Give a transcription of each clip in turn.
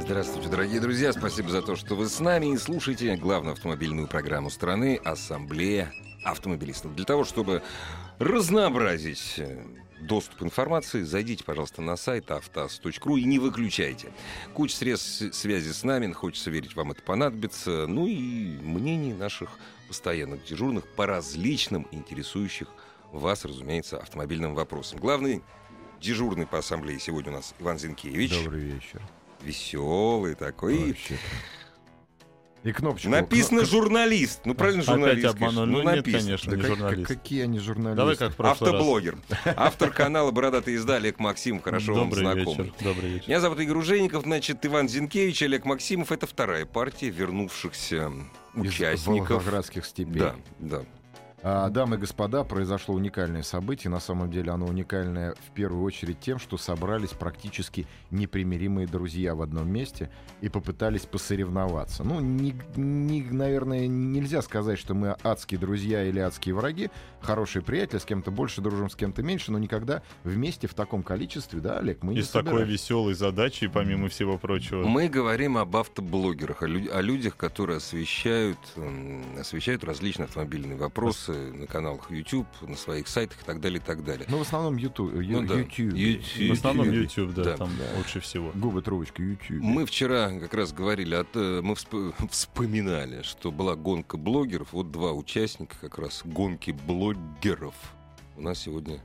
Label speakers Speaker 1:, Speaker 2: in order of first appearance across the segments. Speaker 1: Здравствуйте, дорогие друзья. Спасибо за то, что вы с нами и слушаете главную автомобильную программу страны «Ассамблея автомобилистов». Для того, чтобы разнообразить э, доступ к информации, зайдите, пожалуйста, на сайт автоаз.ру и не выключайте. Куча средств связи с нами, хочется верить, вам это понадобится. Ну и мнение наших постоянных дежурных по различным интересующих вас, разумеется, автомобильным вопросам. Главный дежурный по ассамблее сегодня у нас Иван Зинкевич.
Speaker 2: Добрый вечер.
Speaker 1: Веселый такой.
Speaker 2: Вообще-то. И кнопочку.
Speaker 1: Написано
Speaker 2: кно-
Speaker 1: журналист. Ну, правильно,
Speaker 3: Опять
Speaker 1: журналист.
Speaker 3: обманули. Ну, нет, конечно,
Speaker 2: Да
Speaker 3: не
Speaker 2: как-
Speaker 3: журналист.
Speaker 2: как- какие они журналисты?
Speaker 3: Давай как в прошлый раз.
Speaker 1: Автоблогер. Автор канала «Бородатые езда» Олег Максим. Хорошо вам
Speaker 3: Добрый
Speaker 1: знаком.
Speaker 3: вечер. Добрый вечер.
Speaker 1: Меня зовут Игорь Ужеников, значит, Иван Зинкевич, Олег Максимов. Это вторая партия вернувшихся
Speaker 2: Из
Speaker 1: участников.
Speaker 2: Волгоградских степей.
Speaker 1: Да, да.
Speaker 2: А, дамы и господа, произошло уникальное событие. На самом деле оно уникальное в первую очередь тем, что собрались практически непримиримые друзья в одном месте и попытались посоревноваться. Ну, не- не- наверное, нельзя сказать, что мы адские друзья или адские враги. Хорошие приятели, с кем-то больше дружим, с кем-то меньше, но никогда вместе в таком количестве, да, Олег? Мы
Speaker 3: И
Speaker 2: не
Speaker 3: с такой
Speaker 2: собирались.
Speaker 3: веселой задачей, помимо всего прочего.
Speaker 1: Мы говорим об автоблогерах, о, лю- о людях, которые освещают, м, освещают различные автомобильные вопросы на каналах YouTube, на своих сайтах и так далее, и так далее.
Speaker 2: Ну, в основном YouTube.
Speaker 1: Ну да,
Speaker 2: YouTube.
Speaker 1: YouTube.
Speaker 3: В основном
Speaker 1: Ю-
Speaker 3: YouTube, да,
Speaker 1: Да.
Speaker 3: там лучше всего.
Speaker 2: Ну, Губы трубочка, YouTube.
Speaker 1: Мы вчера как раз говорили, о т- мы всп- вспоминали, что была гонка блогеров. Вот два участника как раз гонки блогеров у нас сегодня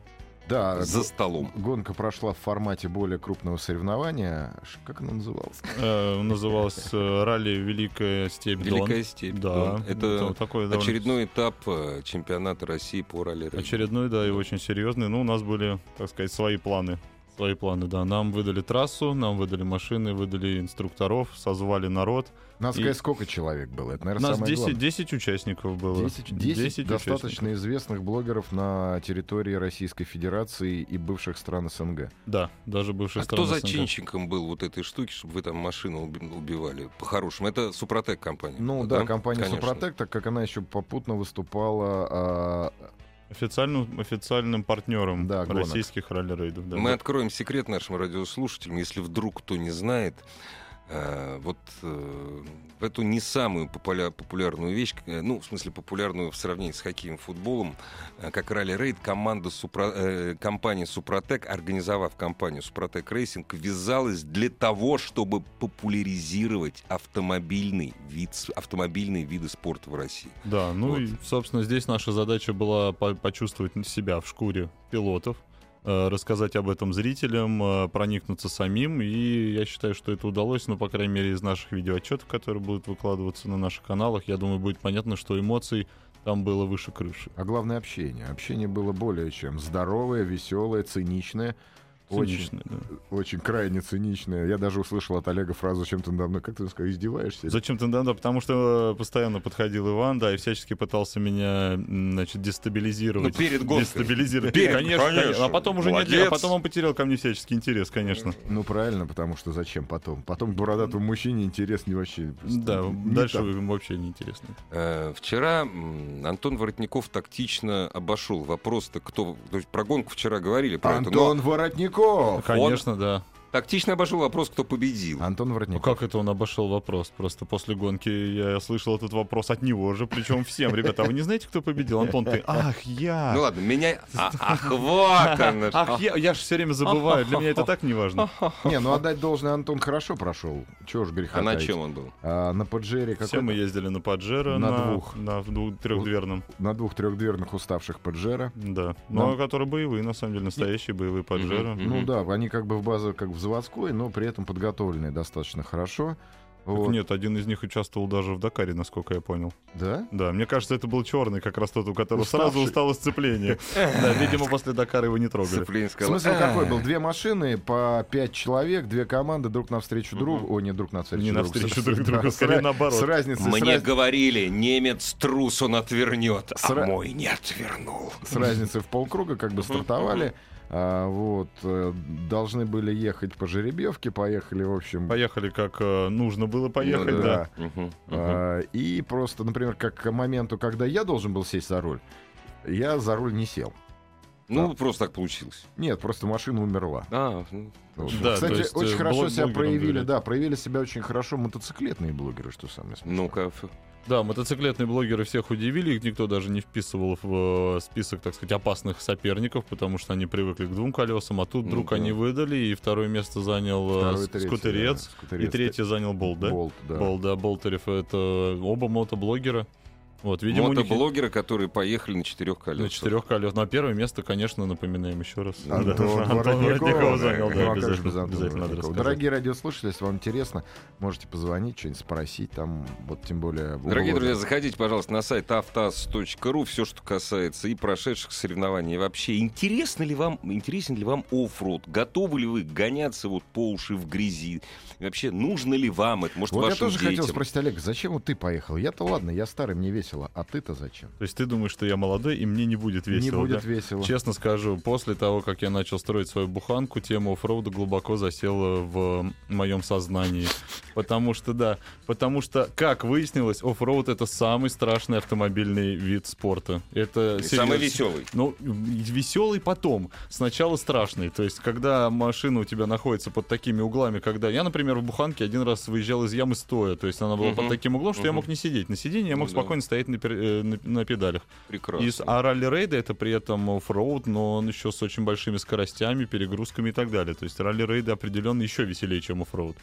Speaker 2: Да,
Speaker 1: за столом.
Speaker 2: гонка прошла в формате более крупного соревнования. Ш- Как она называлась?
Speaker 3: Э, называлось э, ралли Великая степь Дон.
Speaker 1: Великая степь.
Speaker 3: Да.
Speaker 1: Дон. Это
Speaker 3: вот такой довольно
Speaker 1: очередной этап э, чемпионата России по ралли
Speaker 3: Очередной, да, и очень серьезный. Ну, у нас были, так сказать, свои планы. Свои планы, да. Нам выдали трассу, нам выдали машины, выдали инструкторов, созвали народ.
Speaker 2: Надо
Speaker 3: И-
Speaker 2: сказать, сколько человек было. Это, наверное,
Speaker 3: У нас
Speaker 2: самое
Speaker 3: 10,
Speaker 2: главное.
Speaker 3: 10 участников было.
Speaker 2: 10, 10
Speaker 3: участников.
Speaker 2: достаточно известных блогеров на территории Российской Федерации и бывших стран СНГ.
Speaker 3: Да, даже бывший
Speaker 1: А кто зачинщиком был вот этой штуки, чтобы вы там машину уби- убивали? По-хорошему, это Супротек компания.
Speaker 2: Ну да, компания Супротек, так как она еще попутно выступала а,
Speaker 3: Официальным, официальным партнером
Speaker 2: Да, гонок.
Speaker 3: российских ралли-рейдов. Да.
Speaker 1: Мы откроем секрет нашим радиослушателям, если вдруг кто не знает. Э, Вот э, в эту не самую популя- популярную вещь, э, ну, в смысле, популярную в сравнении с хоккеем и футболом, э, как ралли-рейд, команда Супро- э, компания «Супротек», организовав компанию «Супротек Рейсинг», ввязалась для того, чтобы популяризировать автомобильный вид, с- автомобильные виды спорта в России.
Speaker 3: Да, ну
Speaker 1: Вот.
Speaker 3: и, собственно, здесь наша задача была по- почувствовать себя в шкуре пилотов, э, рассказать об этом зрителям, э, проникнуться самим, и я считаю, что это удалось, ну, по крайней мере, из наших видеоотчетов, которые будут выкладываться на наших каналах, я думаю, будет понятно, что эмоций там было выше крыши.
Speaker 2: А главное общение. Общение было более чем здоровое, веселое, циничное. Очень,
Speaker 3: Цинично, да.
Speaker 2: очень крайне циничное. Я даже услышал от Олега фразу, чем ты надо мной, как ты сказал, издеваешься?
Speaker 3: Зачем ты да, да, потому что э, постоянно подходил Иван, да, и всячески пытался меня, м, значит, дестабилизировать.
Speaker 1: Ну, перед гонкой.
Speaker 3: Дестабилизировать.
Speaker 1: Перед,
Speaker 3: конечно,
Speaker 1: конечно.
Speaker 3: конечно. А потом уже нет,
Speaker 1: Молодец.
Speaker 3: а потом он потерял ко мне всяческий интерес, конечно.
Speaker 2: Ну правильно, потому что зачем потом? Потом к бородатому мужчине интерес не вообще. э,
Speaker 3: Да,
Speaker 2: не
Speaker 3: дальше
Speaker 2: там.
Speaker 3: вообще не интересно.
Speaker 1: Э, Вчера м, Антон Воротников тактично обошел вопрос-то, кто... То есть про гонку вчера говорили, про это, но
Speaker 2: Антон Воротников!
Speaker 3: Конечно, да.
Speaker 1: тактично обошел вопрос, кто победил.
Speaker 2: Антон
Speaker 3: Ну
Speaker 2: Воротников.
Speaker 3: как это он обошел вопрос? Просто после гонки я слышал этот вопрос от него же, причем всем, ребята, а вы не знаете, кто победил? Антон, ты? Ах,
Speaker 1: Ну
Speaker 3: я!
Speaker 1: ладно, меня... А- Ах, вот оно что.
Speaker 3: Ах, я, я же все время забываю, для меня это так не важно.
Speaker 2: Не, ну отдать должное, Антон хорошо прошел. Чего ж греха
Speaker 1: А на
Speaker 2: таить.
Speaker 1: чем он был?
Speaker 2: А, на поджере
Speaker 3: Все
Speaker 2: какой
Speaker 3: мы ездили на Паджеро,
Speaker 2: На двух.
Speaker 3: на двух- трехдверном.
Speaker 2: на двух трехдверных уставших поджера. Нам-
Speaker 3: Да. Ну, а которые боевые, на самом деле, настоящие боевые поджеры.
Speaker 1: Мгм.
Speaker 2: Ну да, они как бы в базу как в заводской, но при этом подготовленные достаточно хорошо.
Speaker 3: Так
Speaker 2: Вот.
Speaker 3: нет, один из них участвовал даже в Дакаре, насколько я понял.
Speaker 2: Да?
Speaker 3: Да, мне кажется, это был черный, как раз тот, у которого
Speaker 2: Уставший.
Speaker 3: сразу устало сцепление. Да, видимо, после Дакара его не трогали.
Speaker 1: Сцепление сказал,
Speaker 2: Смысл
Speaker 1: «А,
Speaker 2: какой был? Две машины, по пять человек, две команды друг навстречу другу. О, не друг навстречу
Speaker 3: Не
Speaker 2: другу.
Speaker 3: навстречу
Speaker 2: с-
Speaker 3: друг
Speaker 2: с-
Speaker 3: другу,
Speaker 2: да, с
Speaker 3: скорее
Speaker 2: ра-
Speaker 3: наоборот.
Speaker 2: С разницей, с
Speaker 1: Мне
Speaker 2: раз-
Speaker 1: говорили, немец трус, он отвернет, а
Speaker 2: Сра-
Speaker 1: мой не отвернул.
Speaker 2: с разницей в полкруга как бы стартовали. А, вот, э, должны были ехать по жеребьевке, поехали, в общем,
Speaker 3: Поехали, как э, нужно было поехать,
Speaker 1: Ну
Speaker 3: да.
Speaker 2: да. А, И просто, например, как к моменту, когда я должен был сесть за руль, я за руль не сел.
Speaker 1: Ну, просто так получилось.
Speaker 2: Нет, просто машина умерла.
Speaker 1: А, ну,
Speaker 2: Вот.
Speaker 3: Да,
Speaker 2: Кстати,
Speaker 3: то есть,
Speaker 2: очень
Speaker 3: э,
Speaker 2: хорошо
Speaker 3: блог-
Speaker 2: себя
Speaker 3: блогерам
Speaker 2: проявили,
Speaker 3: доверять.
Speaker 2: да, проявили себя очень хорошо мотоциклетные блогеры, что самое смешное.
Speaker 1: ну-ка. ф-
Speaker 3: Да, мотоциклетные блогеры всех удивили, их никто даже не вписывал в э, список, так сказать, опасных соперников, потому что они привыкли к двум колесам, а тут
Speaker 1: Ну
Speaker 3: вдруг
Speaker 1: да.
Speaker 3: они выдали, и второе место занял э,
Speaker 2: Второй,
Speaker 3: с-
Speaker 2: третий,
Speaker 3: скутерец,
Speaker 2: да, скутерец.
Speaker 3: и третье занял Болт, да?
Speaker 2: Болт, да.
Speaker 3: Болт, да, Болтерев, это оба мотоблогера. Вот, видимо, у них
Speaker 1: Мотоблогеры, которые поехали на четырех колесах.
Speaker 3: на четырех колес. На первое место, конечно, напоминаем еще раз.
Speaker 2: Антон
Speaker 3: Да.
Speaker 2: Воротников.
Speaker 3: Воротников занял,
Speaker 2: Ну,
Speaker 3: да,
Speaker 2: а как же без
Speaker 3: обязательно.
Speaker 2: Антона
Speaker 3: Обязательно надо
Speaker 2: Воротникова?
Speaker 3: рассказать.
Speaker 2: Дорогие радиослушатели, если вам интересно, можете позвонить, что-нибудь спросить, там, вот тем более... у
Speaker 1: Дорогие
Speaker 2: Володи.
Speaker 1: друзья, заходите, пожалуйста, на сайт автаз.ру. Все, что касается и прошедших соревнований, и вообще интересно ли вам, интересен ли вам оффроуд? Готовы ли вы гоняться вот по уши в грязи? И вообще, нужно ли вам это? Может,
Speaker 2: Вот я
Speaker 1: вашим
Speaker 2: тоже
Speaker 1: детям?
Speaker 2: хотел спросить, Олег, зачем вот ты поехал? Я-то ладно, я старый, мне весело, а ты-то зачем?
Speaker 3: То есть ты думаешь, что я молодой, и мне не будет весело,
Speaker 2: Не будет
Speaker 3: да?
Speaker 2: весело.
Speaker 3: Честно скажу, после того, как я начал строить свою буханку, тема оффроуда глубоко засела в моем сознании. Потому что, да, потому что, как выяснилось, оффроуд — это самый страшный автомобильный вид спорта. Это
Speaker 1: И
Speaker 3: серьез-
Speaker 1: Самый веселый.
Speaker 3: Ну, веселый потом. Сначала страшный. То есть, когда машина у тебя находится под такими углами, когда... Я, например, в Буханке один раз выезжал из ямы стоя. То есть, она была
Speaker 1: Мгм.
Speaker 3: под таким углом, что я
Speaker 1: Мгм.
Speaker 3: мог не сидеть на сиденье, я мог
Speaker 1: Ну да.
Speaker 3: спокойно стоять на, пер- э, на- на педалях.
Speaker 1: Прекрасно.
Speaker 3: И, с- а ралли-рейды — это при этом оффроуд, но он еще с очень большими скоростями, перегрузками и так далее. То есть, ралли-рейды определенно еще веселее, чем оффроуд.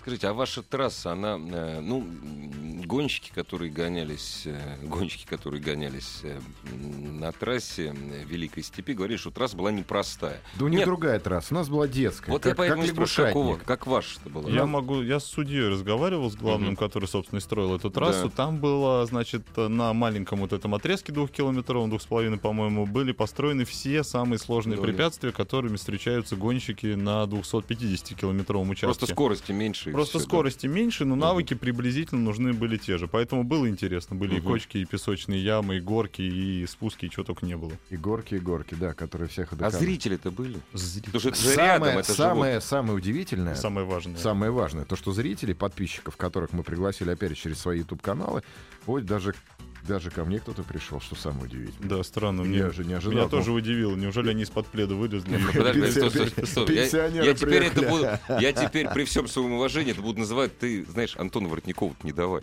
Speaker 1: Скажите, а ваша трасса, она, э, ну, м, гонщики, которые гонялись, э, гонщики, которые гонялись э, м, на трассе э, Великой Степи, говорили, что трасса была непростая.
Speaker 2: Да у них
Speaker 1: Нет.
Speaker 2: другая трасса, у нас была детская.
Speaker 1: Вот я
Speaker 2: как,
Speaker 1: поэтому
Speaker 2: как
Speaker 1: и спрошу, как, у вас-
Speaker 2: лягушатник.
Speaker 1: как ваша-то была?
Speaker 3: Я могу, я с судьей разговаривал с главным,
Speaker 1: Мгм.
Speaker 3: который, собственно, и строил эту трассу. Там было, значит, на маленьком вот этом отрезке двухкилометровом, двух с половиной, по-моему, были построены все самые сложные
Speaker 1: Ну да.
Speaker 3: препятствия, которыми встречаются гонщики на 250-километровом участке.
Speaker 1: Просто скорости меньше. и
Speaker 3: Просто
Speaker 1: всё, да?
Speaker 3: скорости меньше, но навыки приблизительно нужны были те же. Поэтому было интересно. Были и
Speaker 1: Мгм.
Speaker 3: кочки, и песочные ямы, и горки, и спуски, и чего только не было.
Speaker 2: И горки, и горки, да, которые всех
Speaker 1: А
Speaker 2: одеканы.
Speaker 1: зрители-то были? Потому что это же рядом,
Speaker 2: Самое,
Speaker 1: это же
Speaker 2: самое, самое удивительное,
Speaker 3: Самое важное.
Speaker 2: самое важное, то, что зрители, подписчиков, которых мы пригласили, опять же, через свои YouTube-каналы, вот даже, даже ко мне кто-то пришел, что самое удивительное.
Speaker 3: Да, странно.
Speaker 2: я
Speaker 3: Мне,
Speaker 2: же не ожидал.
Speaker 3: меня
Speaker 2: ну,
Speaker 3: тоже удивило. Неужели они из-под пледа вылезли?
Speaker 1: вот- ну Подожди,
Speaker 2: Пенсионеры-
Speaker 1: стой, стой, стой, стой. Я-
Speaker 2: пенсионеры
Speaker 1: Я теперь это буду,
Speaker 2: приехали.
Speaker 1: я теперь при всем своем уважении это буду называть, ты знаешь, Антона Воротникова не давай.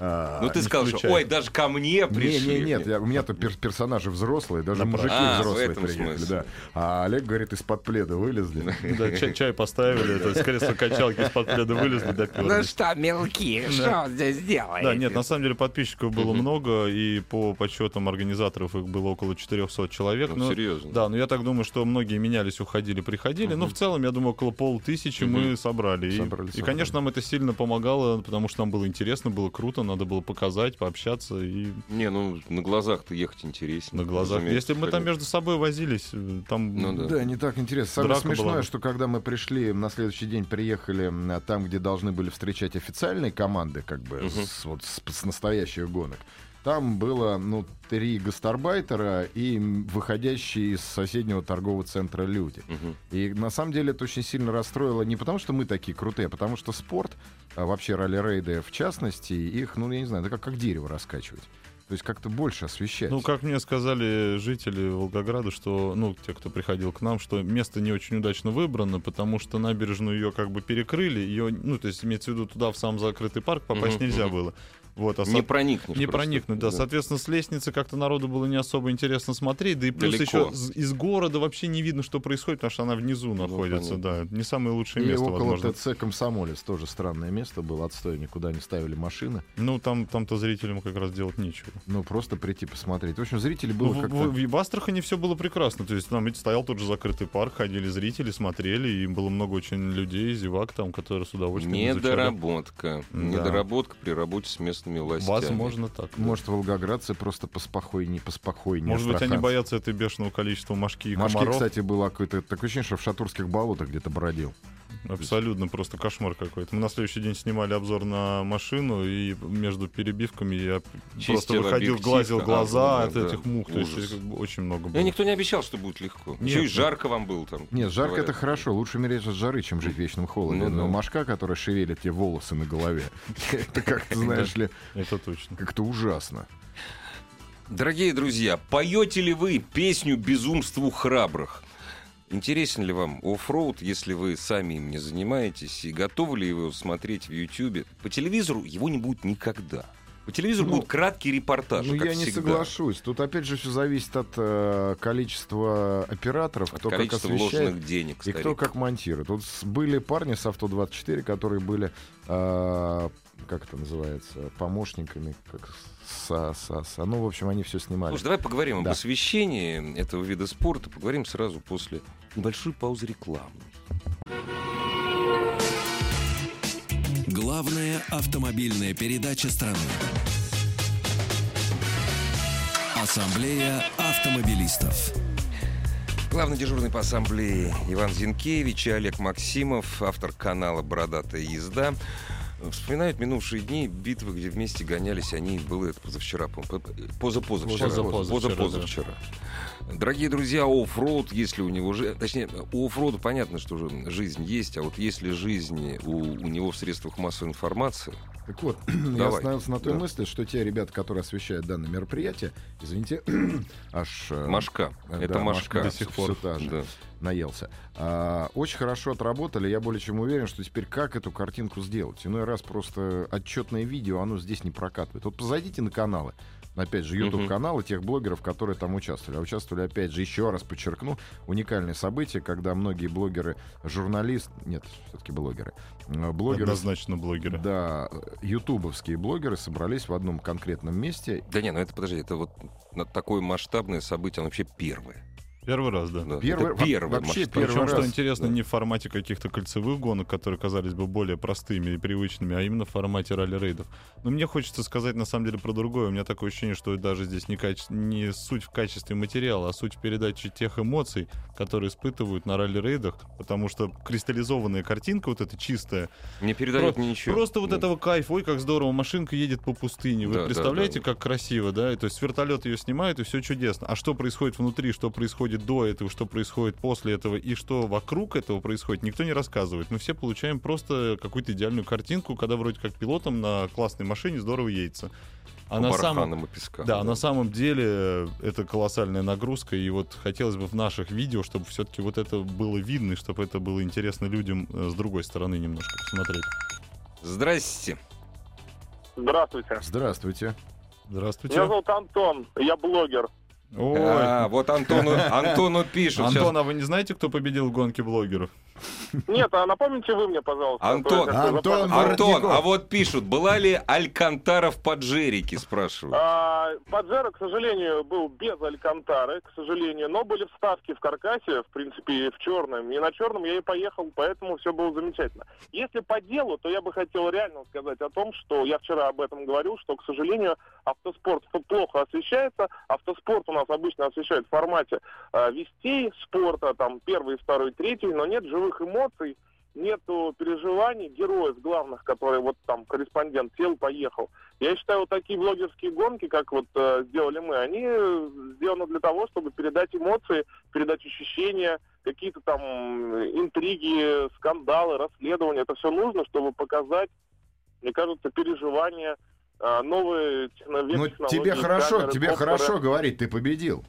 Speaker 2: а,
Speaker 1: Ну ты
Speaker 3: не
Speaker 1: сказал, что
Speaker 3: включай.
Speaker 1: ой, даже ко мне
Speaker 2: Не,
Speaker 1: пришли.
Speaker 2: не, нет, я- у меня-то пер- персонажи взрослые, даже
Speaker 3: Направо.
Speaker 2: мужики
Speaker 1: А, в
Speaker 2: взрослые
Speaker 1: этом
Speaker 2: приехали,
Speaker 1: смысле.
Speaker 2: да. А Олег говорит, из-под пледа вылезли.
Speaker 3: Да, чай, чай поставили, это с кресла качалки из-под пледа вылезли, допёрли.
Speaker 4: Ну что, мелкие, что здесь делаете?
Speaker 3: Да, нет, на самом деле подписчиков было много, и по подсчетам организаторов их было около 400 человек.
Speaker 1: Ну,
Speaker 3: но-
Speaker 1: серьезно.
Speaker 3: Да, но я так думаю, что многие менялись, уходили, приходили. Но в целом, я думаю, около полтысячи мы собрали. И-
Speaker 2: Собрали,
Speaker 3: и,
Speaker 2: собрали.
Speaker 3: конечно, нам это сильно помогало, потому что нам было интересно, было круто, надо было показать, пообщаться и
Speaker 1: Не, ну на глазах-то ехать интереснее.
Speaker 3: на глазах.
Speaker 1: разумеется,
Speaker 3: Если бы мы там
Speaker 1: конечно.
Speaker 3: между собой возились, э, там...
Speaker 1: Ну да.
Speaker 2: Да, не так интересно. Самое
Speaker 3: Драка
Speaker 2: смешное,
Speaker 3: была бы.
Speaker 2: что когда мы пришли на следующий день, приехали м, там, где должны были встречать официальные команды, как бы
Speaker 1: Мгм.
Speaker 2: с, вот с- с настоящих гонок. Там было, ну, три гастарбайтера и м, выходящие из соседнего торгового центра люди.
Speaker 1: Мгм.
Speaker 2: И на самом деле это очень сильно расстроило не потому, что мы такие крутые, а потому что спорт, а вообще ралли-рейды в частности, их, ну, я не знаю, это как, как дерево раскачивать. То есть как-то больше освещать.
Speaker 3: Ну, как мне сказали жители Волгограда, что, ну, те, кто приходил к нам, что место не очень удачно выбрано, потому что набережную ее как бы перекрыли, ее, ну, то есть имеется в виду туда в сам закрытый парк попасть
Speaker 1: Мгм,
Speaker 3: нельзя
Speaker 1: мгм.
Speaker 3: было. Вот, а со-
Speaker 1: Не проникнешь.
Speaker 3: не
Speaker 1: просто.
Speaker 3: проникнуть, да. Соответственно, с лестницы как-то народу было не особо интересно смотреть, да и плюс
Speaker 1: Далеко.
Speaker 3: еще з- из города вообще не видно, что происходит, потому что она внизу
Speaker 1: Ну,
Speaker 3: находится, да. Не самое лучшее
Speaker 2: И
Speaker 3: место,
Speaker 2: около
Speaker 3: возможно.
Speaker 2: ТЦ «Комсомолец» тоже странное место было, отстой, никуда не ставили машины.
Speaker 3: Ну, там, там-то зрителям как раз делать нечего.
Speaker 2: Ну, просто прийти посмотреть. В общем, зрителей
Speaker 3: Ну,
Speaker 2: было
Speaker 3: в,
Speaker 2: как-то...
Speaker 3: в- в Астрахани все было прекрасно. То есть там ведь стоял тот же закрытый парк, ходили зрители, смотрели, и было много очень людей, зевак там, которые с удовольствием изучали.
Speaker 1: Недоработка.
Speaker 3: Да.
Speaker 1: Недоработка при работе с местными властями.
Speaker 3: Возможно так. да.
Speaker 2: Может, волгоградцы просто поспокойнее, поспокойнее.
Speaker 3: Может быть, они
Speaker 2: астраханцев.
Speaker 3: боятся это бешеного количества мошки и
Speaker 2: Машки,
Speaker 3: комаров.
Speaker 2: кстати, было какое-то такое ощущение, что в шатурских болотах где-то бродил.
Speaker 3: Абсолютно просто кошмар какой-то. Мы на следующий день снимали обзор на машину, и между перебивками я
Speaker 1: Чистил
Speaker 3: просто выходил,
Speaker 1: объектив,
Speaker 3: глазил
Speaker 1: а,
Speaker 3: глаза
Speaker 1: да,
Speaker 3: от
Speaker 1: да,
Speaker 3: этих мух. То есть
Speaker 1: ужас.
Speaker 3: их очень много
Speaker 1: И
Speaker 3: было.
Speaker 1: никто не обещал, что будет легко.
Speaker 3: Нет, ну
Speaker 1: Еще и
Speaker 3: нет.
Speaker 1: жарко вам было там.
Speaker 2: Нет, жарко
Speaker 1: говорят.
Speaker 2: это хорошо. Лучше умереть от жары, чем жить в вечном холоде.
Speaker 1: Ну да.
Speaker 2: Но мошка, которая шевелит тебе волосы на голове, это как-то, знаешь ли,
Speaker 3: Это точно.
Speaker 2: как-то ужасно.
Speaker 1: Дорогие друзья, поете ли вы песню «Безумству храбрых»? Интересен ли вам оффроуд, если вы сами им не занимаетесь, и готовы ли вы смотреть в Ютьюбе? По телевизору его не будет никогда. По телевизору
Speaker 2: Ну,
Speaker 1: будет краткий репортаж,
Speaker 2: Ну,
Speaker 1: как
Speaker 2: я не
Speaker 1: всегда.
Speaker 2: соглашусь. Тут, опять же, все зависит от э, количества операторов,
Speaker 1: От
Speaker 2: кто как
Speaker 1: количества
Speaker 2: освещает
Speaker 1: вложенных денег,
Speaker 2: и
Speaker 1: старик.
Speaker 2: кто как монтирует. Вот с- были парни с Авто-24, которые были, э, как это называется, помощниками, как со, со, со. Ну, в общем, они все снимали.
Speaker 1: Слушай, давай поговорим об
Speaker 2: Да.
Speaker 1: освещении этого вида спорта. Поговорим сразу после небольшой паузы рекламы.
Speaker 5: Главная автомобильная передача страны. Ассамблея автомобилистов.
Speaker 1: Главный дежурный по ассамблее Иван Зинкевич и Олег Максимов, автор канала «Бородатая езда», вспоминают минувшие дни битвы, где вместе гонялись они, было это позавчера, по-моему, п- позапозавчера.
Speaker 3: Позапозавчера,
Speaker 1: Позапозавчера. Дорогие друзья, оффроуд, если у него... же- Точнее, у оффроуда понятно, что же жизнь есть, а вот если жизни у, у него в средствах массовой информации...
Speaker 2: Так вот, я
Speaker 1: Давай.
Speaker 2: остановился на той
Speaker 1: Да.
Speaker 2: мысли, что те ребята, которые освещают данное мероприятие, извините, аж... э,
Speaker 1: Машка.
Speaker 2: э,
Speaker 1: это
Speaker 2: да,
Speaker 1: Машка.
Speaker 2: До сих пор. та же.
Speaker 1: Да.
Speaker 2: Наелся. А, очень хорошо отработали. Я более чем уверен, что теперь как эту картинку сделать? Иной раз просто отчетное видео, оно здесь не прокатывает. Вот зайдите на каналы. Опять же,
Speaker 1: Мгм.
Speaker 2: YouTube-каналы тех блогеров, которые там участвовали. А участвовали, опять же, еще раз подчеркну, уникальное событие, когда многие блогеры, журналист... Нет, все-таки блогеры. э, Блогеры
Speaker 3: Однозначно блогеры.
Speaker 2: да, ютубовские блогеры собрались в одном конкретном месте.
Speaker 1: Да не, ну это, подожди, это вот на такое масштабное событие, оно вообще первое.
Speaker 3: Первый раз, да.
Speaker 1: Да, это
Speaker 2: Первое- во-
Speaker 1: первое
Speaker 2: вообще
Speaker 1: масштабное.
Speaker 2: Первый
Speaker 3: Причем, что
Speaker 2: раз,
Speaker 3: интересно,
Speaker 1: да.
Speaker 3: не в формате каких-то кольцевых гонок, которые казались бы более простыми и привычными, а именно в формате ралли-рейдов. Но мне хочется сказать на самом деле про другое. У меня такое ощущение, что даже здесь не, каче- не суть в качестве материала, а суть в передаче тех эмоций, которые испытывают на ралли-рейдах, потому что кристаллизованная картинка, вот эта чистая,
Speaker 1: Не передает
Speaker 3: Про-
Speaker 1: мне ничего.
Speaker 3: Просто вот
Speaker 1: Ну,
Speaker 3: этого кайф, ой, как здорово, машинка едет по пустыне. Вы
Speaker 1: Да, да,
Speaker 3: представляете,
Speaker 1: да.
Speaker 3: как красиво, да? И То есть вертолет ее снимает, и все чудесно. А что происходит внутри, что происходит до этого, что происходит после этого, и что вокруг этого происходит, никто не рассказывает. Мы все получаем просто какую-то идеальную картинку, когда вроде как пилотом на классной машине здорово едется. А
Speaker 1: по
Speaker 3: на
Speaker 1: барханам
Speaker 3: самом...
Speaker 1: и пескам,
Speaker 3: Да, на самом деле э, это колоссальная нагрузка, и вот хотелось бы в наших видео, чтобы все-таки вот это было видно, и чтобы это было интересно людям э, с другой стороны немножко посмотреть.
Speaker 1: Здрасте.
Speaker 6: Здравствуйте.
Speaker 2: Здравствуйте.
Speaker 3: Здравствуйте.
Speaker 6: Меня зовут Антон, я блогер.
Speaker 3: Ой,
Speaker 1: А, вот Антону, Антону пишут.
Speaker 3: Антон,
Speaker 1: Сейчас
Speaker 3: а вы не знаете, кто победил в гонке блогеров?
Speaker 6: Нет, а напомните вы мне, пожалуйста.
Speaker 1: Антон,
Speaker 6: а то я как-то
Speaker 2: Антон,
Speaker 6: запамятовал.
Speaker 1: Антон,
Speaker 2: Воротников.
Speaker 1: а вот пишут, была ли Алькантара в поджерике, спрашивают.
Speaker 6: А, Паджеро, к сожалению, был без Алькантары, к сожалению, но были вставки в каркасе, в принципе, и в черном. И на черном я и поехал, поэтому все было замечательно. Если по делу, то я бы хотел реально сказать о том, что я вчера об этом говорил, что, к сожалению, автоспорт п- плохо освещается. Автоспорт у нас обычно освещают в формате э, вестей спорта, там, первый, второй, третий, но нет живых эмоций, нету переживаний героев главных, которые вот там корреспондент сел, поехал. Я считаю, вот такие блогерские гонки, как вот э, сделали мы, они э, сделаны для того, чтобы передать эмоции, передать ощущения, какие-то там э, интриги, скандалы, расследования. Это все нужно, чтобы показать, мне кажется, переживания а, новые технологии.
Speaker 2: Ну, тебе хорошо,
Speaker 6: камеры,
Speaker 2: тебе
Speaker 6: сенсоры.
Speaker 2: хорошо говорить, ты победил.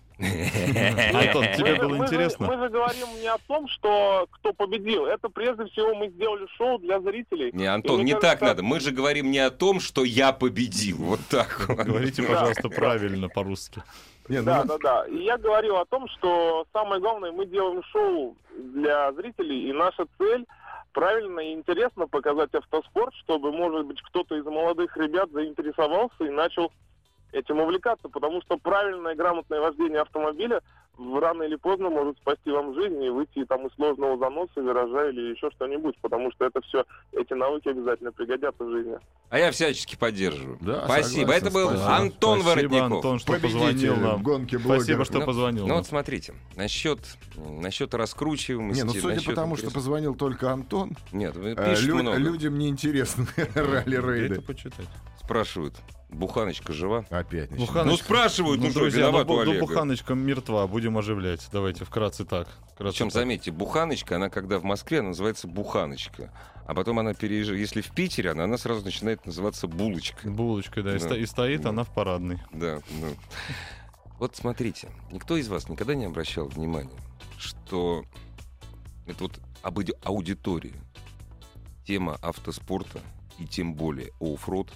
Speaker 3: Антон, тебе
Speaker 6: же-
Speaker 3: Э, было
Speaker 6: мы же-
Speaker 3: интересно?
Speaker 6: мы же говорим не о том, что кто победил. Это прежде всего мы сделали шоу для зрителей.
Speaker 1: Не, Антон,
Speaker 6: И мне
Speaker 1: не так
Speaker 6: кажется,
Speaker 1: надо. Мы же говорим не о том, что я победил. Вот так вот.
Speaker 3: Говорите, пожалуйста, правильно по-русски.
Speaker 2: Не, ну,
Speaker 6: Да, да, да. И я говорил о том, что самое главное, мы делаем шоу для зрителей, и наша цель правильно и интересно показать автоспорт, чтобы, может быть, кто-то из молодых ребят заинтересовался и начал этим увлекаться, потому что правильное и грамотное вождение автомобиля в- рано или поздно может спасти вам жизнь и выйти там из сложного заноса, виража или еще что-нибудь, потому что это все, эти навыки обязательно пригодятся в жизни.
Speaker 1: А я всячески поддерживаю.
Speaker 2: Да,
Speaker 1: Спасибо.
Speaker 2: согласен,
Speaker 1: Это был
Speaker 2: спасибо.
Speaker 1: Антон
Speaker 3: Спасибо,
Speaker 1: Воротников.
Speaker 3: Антон, что
Speaker 2: победитель
Speaker 3: позвонил нам.
Speaker 2: гонки блогеров.
Speaker 3: Спасибо, что
Speaker 1: Ну,
Speaker 3: позвонил
Speaker 1: Ну
Speaker 3: нам.
Speaker 1: вот смотрите, насчет, насчет раскручиваемости...
Speaker 2: Не, ну судя
Speaker 1: насчет
Speaker 2: по тому, что
Speaker 1: интереса-
Speaker 2: позвонил только Антон,
Speaker 1: Нет, вы-
Speaker 2: э,
Speaker 1: пишут
Speaker 2: лю-
Speaker 1: много.
Speaker 2: людям неинтересны
Speaker 3: Это
Speaker 2: ралли-рейды.
Speaker 3: почитать.
Speaker 1: Спрашивают, Буханочка жива?
Speaker 2: Опять начинается.
Speaker 3: Буханочка.
Speaker 1: Ну спрашивают, ну, что,
Speaker 3: друзья, ну,
Speaker 1: виноват у
Speaker 3: бу- ну,
Speaker 1: Олега.
Speaker 3: буханочка мертва, будем оживлять. Давайте вкратце так. Вкратце
Speaker 1: Причем,
Speaker 3: так.
Speaker 1: заметьте, буханочка, она когда в Москве, она называется буханочка. А потом она переезжает. Если в Питере, она, она сразу начинает называться булочка.
Speaker 3: Булочкой, да,
Speaker 1: Да.
Speaker 3: и, сто- и стоит
Speaker 1: Да.
Speaker 3: она в парадной.
Speaker 1: Да, ну. Вот смотрите, никто из вас никогда не обращал внимания, что это вот об ауди- аудитории. Тема автоспорта и тем более оффроуд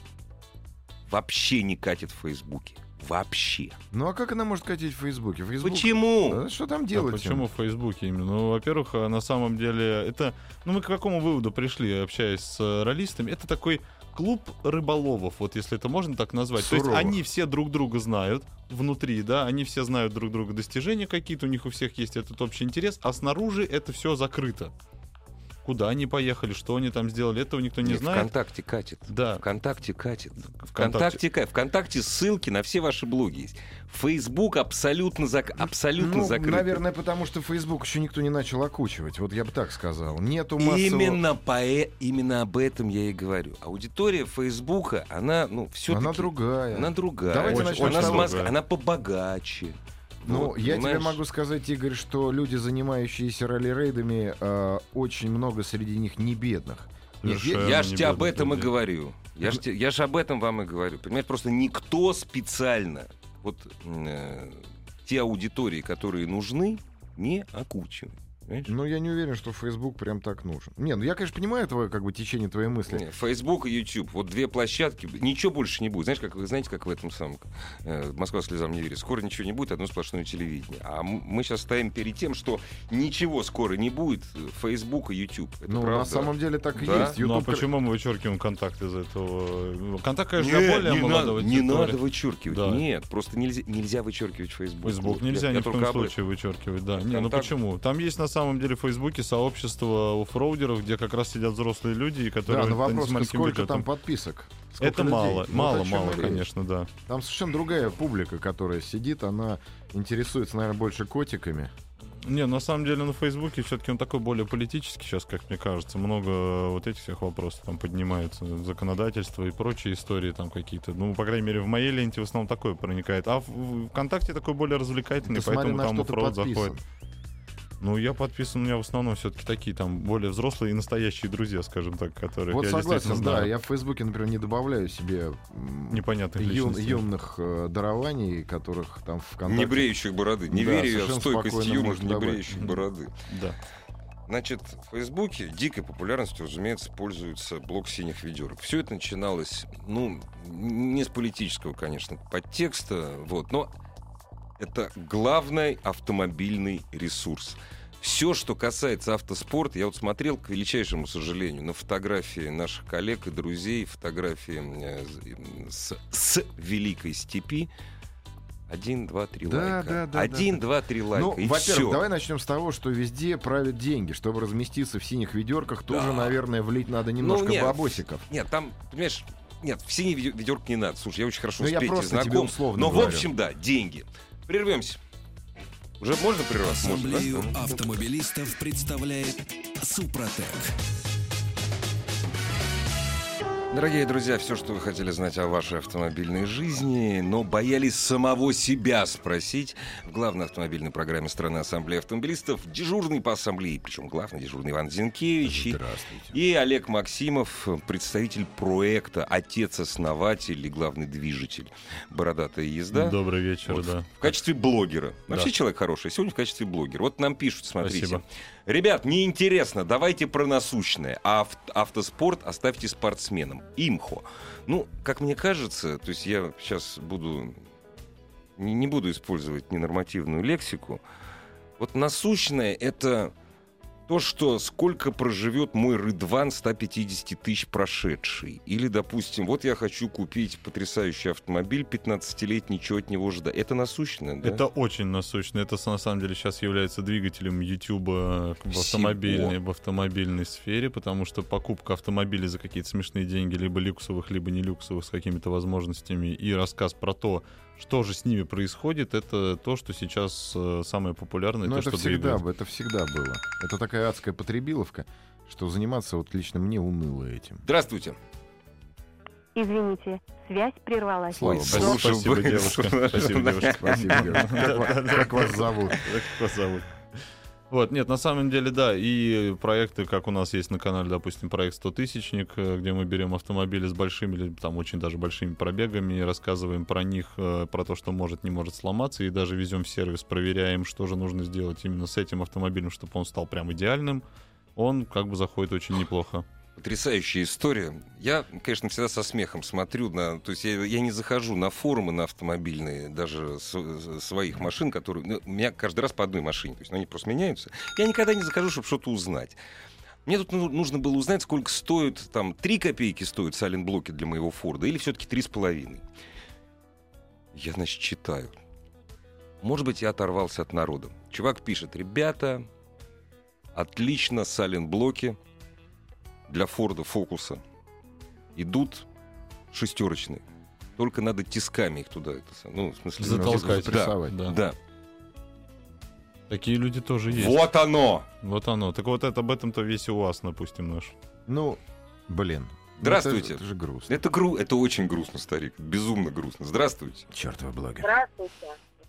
Speaker 1: вообще не катит в Фейсбуке. Вообще.
Speaker 2: Ну а как она может катить в Фейсбуке? Фейсбук... Ну,
Speaker 1: Почему?
Speaker 2: Да Что там
Speaker 3: А
Speaker 2: делать? им?
Speaker 3: почему в Фейсбуке именно? Ну, во-первых, э, на самом деле, это... Ну, мы к какому выводу пришли, общаясь с э, ролистами? Это такой клуб рыболовов, вот если это можно так назвать. То
Speaker 2: Суровых.
Speaker 3: есть они все друг друга знают внутри, да, они все знают друг друга достижения какие-то, у них у всех есть этот общий интерес, а снаружи это все закрыто. Куда они поехали, что они там сделали, этого никто не
Speaker 1: Нет,
Speaker 3: знает.
Speaker 1: ВКонтакте катит.
Speaker 3: Да,
Speaker 1: ВКонтакте катит.
Speaker 3: ВКонтакте.
Speaker 1: ВКонтакте, ка- ВКонтакте ссылки на все ваши блоги есть. Фейсбук абсолютно, зак... абсолютно
Speaker 2: Ну,
Speaker 1: закрыт.
Speaker 2: наверное, потому что Facebook еще никто не начал окучивать. Вот я бы так сказал. Нету массового...
Speaker 1: Именно, пое- именно об этом я и говорю. Аудитория Фейсбука, она, ну, все
Speaker 2: Она другая.
Speaker 1: Она другая.
Speaker 2: Давайте
Speaker 1: Очень-
Speaker 2: начнем
Speaker 1: она,
Speaker 3: с
Speaker 1: с
Speaker 3: того.
Speaker 1: Москвы, она побогаче.
Speaker 2: Ну,
Speaker 1: Вот,
Speaker 2: я
Speaker 1: понимаешь?
Speaker 2: тебе могу сказать, Игорь, что люди, занимающиеся ралли-рейдами, э, очень много среди них не бедных.
Speaker 1: Нет, я,
Speaker 3: Совершенно
Speaker 1: же
Speaker 3: не
Speaker 1: тебе об
Speaker 3: бедных
Speaker 1: этом и
Speaker 3: людей.
Speaker 1: говорю. Я же, те- я ж об этом вам и говорю. Понимаешь, просто никто специально вот э, те аудитории, которые нужны, не окучивает. Понимаешь?
Speaker 2: Ну, я не уверен, что Facebook прям так нужен. Не, ну я, конечно, понимаю твое, как бы, течение твоей мысли.
Speaker 1: Не, Facebook и YouTube. Вот две площадки. Ничего больше не будет. Знаешь, как вы знаете, как в этом самом э, Москва слезам не верит. Скоро ничего не будет, одно сплошное телевидение. А м- мы сейчас стоим перед тем, что ничего скоро не будет. э, Facebook и YouTube. Это
Speaker 2: ну,
Speaker 1: правда.
Speaker 2: на самом деле так и
Speaker 1: Да?
Speaker 2: есть.
Speaker 3: Ну а
Speaker 2: YouTube,
Speaker 3: почему мы вычеркиваем контакт из этого? Контакт,
Speaker 1: Не,
Speaker 3: конечно, для более
Speaker 1: не
Speaker 3: молодого
Speaker 1: надо, не
Speaker 3: аудитории.
Speaker 1: надо вычеркивать.
Speaker 3: Да.
Speaker 1: Нет, просто нельзя, нельзя вычеркивать Facebook.
Speaker 3: Фейсбук
Speaker 1: Вот
Speaker 3: нельзя
Speaker 1: я-
Speaker 3: ни
Speaker 1: я
Speaker 3: в
Speaker 1: только
Speaker 3: коем
Speaker 1: об этом.
Speaker 3: случае вычеркивать, да. Не, ну
Speaker 1: Контакт.
Speaker 3: почему? Там есть на самом деле в Фейсбуке сообщество оффроудеров, где как раз сидят взрослые люди, и которые...
Speaker 2: Да, но
Speaker 3: они с
Speaker 2: вопрос,
Speaker 3: маленьким
Speaker 2: сколько
Speaker 3: бюджетом.
Speaker 2: там подписок? Сколько
Speaker 3: Это
Speaker 2: людей?
Speaker 3: мало,
Speaker 2: Вот о
Speaker 3: мало,
Speaker 2: чем
Speaker 3: мало,
Speaker 2: и речь.
Speaker 3: конечно, да.
Speaker 2: Там совершенно другая публика, которая сидит, она интересуется, наверное, больше котиками.
Speaker 3: Не, на самом деле на Фейсбуке все-таки он такой более политический сейчас, как мне кажется. Много вот этих всех вопросов там поднимается. Законодательство и прочие истории там какие-то. Ну, по крайней мере, в моей ленте в основном такое проникает. А в- ВКонтакте такой более развлекательный,
Speaker 2: Ты смотри,
Speaker 3: поэтому
Speaker 2: на
Speaker 3: там
Speaker 2: что ты
Speaker 3: оффроуд
Speaker 2: подписан.
Speaker 3: заходит. Ну, я подписан, у меня в основном все-таки такие там более взрослые и настоящие друзья, скажем так, которые
Speaker 2: Вот
Speaker 3: я действительно
Speaker 2: согласен, да.
Speaker 3: знаю.
Speaker 2: Я в Фейсбуке, например, не добавляю себе м,
Speaker 3: Непонятных
Speaker 2: ю-
Speaker 3: личностей.
Speaker 2: юных э, дарований, которых там в
Speaker 1: Не бреющих бороды. Не
Speaker 2: Да,
Speaker 1: верю я в
Speaker 2: совершенно
Speaker 1: стойкость
Speaker 2: спокойно
Speaker 1: юмора
Speaker 2: можно
Speaker 1: не
Speaker 2: добавить.
Speaker 1: бреющих бороды.
Speaker 3: Да.
Speaker 1: Значит, в Фейсбуке дикой популярностью, разумеется, пользуется блок синих ведерок. Все это начиналось, ну, не с политического, конечно, подтекста, вот, но это главный автомобильный ресурс. Все, что касается автоспорта, я вот смотрел, к величайшему сожалению, на фотографии наших коллег и друзей, фотографии э, з- с, с Великой Степи. Один, два, три
Speaker 2: Да,
Speaker 1: лайка.
Speaker 2: да, да, да,
Speaker 1: Один, два, три лайка.
Speaker 2: Ну,
Speaker 1: и
Speaker 2: во-первых,
Speaker 1: всё.
Speaker 2: давай начнем с того, что везде правят деньги. Чтобы разместиться в синих ведерках, тоже,
Speaker 1: Да. Ну,
Speaker 2: наверное, влить надо немножко
Speaker 1: нет.
Speaker 2: бабосиков.
Speaker 1: Нет, там, понимаешь, нет, в синий ведё- ведерко не надо. Слушай, я очень хорошо
Speaker 2: Ну,
Speaker 1: с
Speaker 2: я
Speaker 1: Петей
Speaker 2: просто тебе
Speaker 1: знаком.
Speaker 2: условно
Speaker 1: Но,
Speaker 2: говорю.
Speaker 1: в общем, да, деньги. Прервемся. Уже можно прерваться? Можно, да?
Speaker 5: Ассамблею автомобилистов представляет Супротек.
Speaker 1: Дорогие друзья, все, что вы хотели знать о вашей автомобильной жизни, но боялись самого себя спросить, в главной автомобильной программе страны Ассамблеи Автомобилистов дежурный по ассамблее, причем главный дежурный Иван Зинкевич и,
Speaker 2: Здравствуйте.
Speaker 1: и Олег Максимов, представитель проекта «Отец-основатель» и главный движитель «Бородатая езда».
Speaker 3: Добрый вечер,
Speaker 1: Вот
Speaker 3: да.
Speaker 1: В качестве блогера.
Speaker 3: Да.
Speaker 1: Вообще человек хороший. Сегодня в качестве блогера. Вот нам пишут, смотрите.
Speaker 3: Спасибо.
Speaker 1: Ребят, неинтересно, давайте про насущное. А ав- автоспорт оставьте спортсменам. Имхо. Ну, как мне кажется, то есть я сейчас буду... Не, не буду использовать ненормативную лексику. Вот насущное — это то, что сколько проживет мой Рыдван 150 тысяч прошедший. Или, допустим, вот я хочу купить потрясающий автомобиль, 15-летний, ничего от него ждать. Это насущное, да?
Speaker 3: Это очень насущно. Это с- на самом деле сейчас является двигателем Ютуба в
Speaker 1: Всего.
Speaker 3: автомобильной, в автомобильной сфере, потому что покупка автомобилей за какие-то смешные деньги, либо люксовых, либо не люксовых, с какими-то возможностями, и рассказ про то, что же с ними происходит, это то, что сейчас э, самое
Speaker 1: Ну,
Speaker 3: популярное,
Speaker 2: Но Ну,
Speaker 3: то,
Speaker 2: это
Speaker 3: что
Speaker 2: всегда,
Speaker 3: двигает.
Speaker 2: б- это всегда было. Это такая адская потребиловка, что заниматься вот лично мне уныло этим.
Speaker 1: Здравствуйте.
Speaker 7: Извините, связь прервалась.
Speaker 2: Слава
Speaker 1: Ой,
Speaker 2: богу.
Speaker 1: слушай,
Speaker 3: Спасибо,
Speaker 1: блин,
Speaker 3: девушка.
Speaker 1: слушай.
Speaker 3: Спасибо, девушка.
Speaker 2: Спасибо, Георгий. Как ва- Как вас зовут?
Speaker 3: Как вас зовут? Вот, нет, на самом деле, да, и проекты, как у нас есть на канале, допустим, проект 100 тысячник, э, где мы берем автомобили с большими, или там очень даже большими пробегами, и рассказываем про них, э, про то, что может, не может сломаться, и даже везем в сервис, проверяем, что же нужно сделать именно с этим автомобилем, чтобы он стал прям идеальным. Он как бы заходит очень неплохо.
Speaker 1: Потрясающая история. Я, конечно, всегда со смехом смотрю на... То есть я, я не захожу на форумы на автомобильные, даже с- своих машин, которые... ну, у меня каждый раз по одной машине, то есть ну, они просто меняются. Я никогда не захожу, чтобы что-то узнать. Мне тут ну, нужно было узнать, сколько стоит, там, 3 копейки стоят сайлент-блоки для моего Форда, или все-таки 3,5. Я, значит, читаю. Может быть, я оторвался от народа. Чувак пишет, ребята, отлично, сайлент-блоки, для Форда Фокуса идут шестерочные. Только надо тисками их туда, это, сам- ну, в смысле...
Speaker 3: Затолкать.
Speaker 1: Да,
Speaker 2: Прессовать.
Speaker 3: Да.
Speaker 1: да.
Speaker 3: Такие люди тоже есть.
Speaker 1: Вот оно!
Speaker 3: Вот оно. Так вот, это об этом-то весь у вас, допустим, наш.
Speaker 2: Ну, блин. Ну,
Speaker 1: Здравствуйте.
Speaker 2: это же- Это же грустно.
Speaker 1: Это, гру... это очень грустно, старик. Безумно грустно. Здравствуйте.
Speaker 2: Чертова блага.
Speaker 8: Здравствуйте.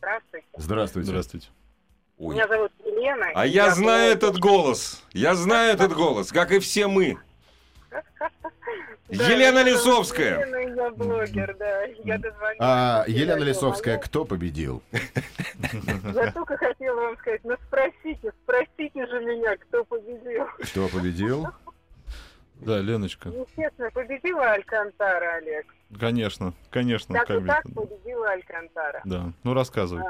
Speaker 8: Здравствуйте.
Speaker 2: Здравствуйте.
Speaker 3: Здравствуйте.
Speaker 1: Ой.
Speaker 8: Меня зовут Елена.
Speaker 1: А
Speaker 8: и
Speaker 1: я знаю
Speaker 8: была-
Speaker 1: этот голос. Я знаю этот голос, как и все мы.
Speaker 8: Да,
Speaker 1: Елена
Speaker 8: я
Speaker 1: Лисовская.
Speaker 8: Елена, и я блогер, да. Я дозвонилась.
Speaker 2: А,
Speaker 8: Я
Speaker 2: Елена
Speaker 8: говорю,
Speaker 2: Лисовская,
Speaker 8: «Алло».
Speaker 2: кто победил?
Speaker 8: Я только хотела вам сказать, ну спросите, спросите же меня, кто победил.
Speaker 2: Кто победил?
Speaker 3: Да, Леночка.
Speaker 8: Естественно, победила Алькантара, Олег.
Speaker 3: Конечно,
Speaker 1: Ну,
Speaker 3: конечно.
Speaker 8: так
Speaker 3: как
Speaker 8: и
Speaker 3: же.
Speaker 8: так победила Алькантара.
Speaker 3: Да. Ну, рассказывай.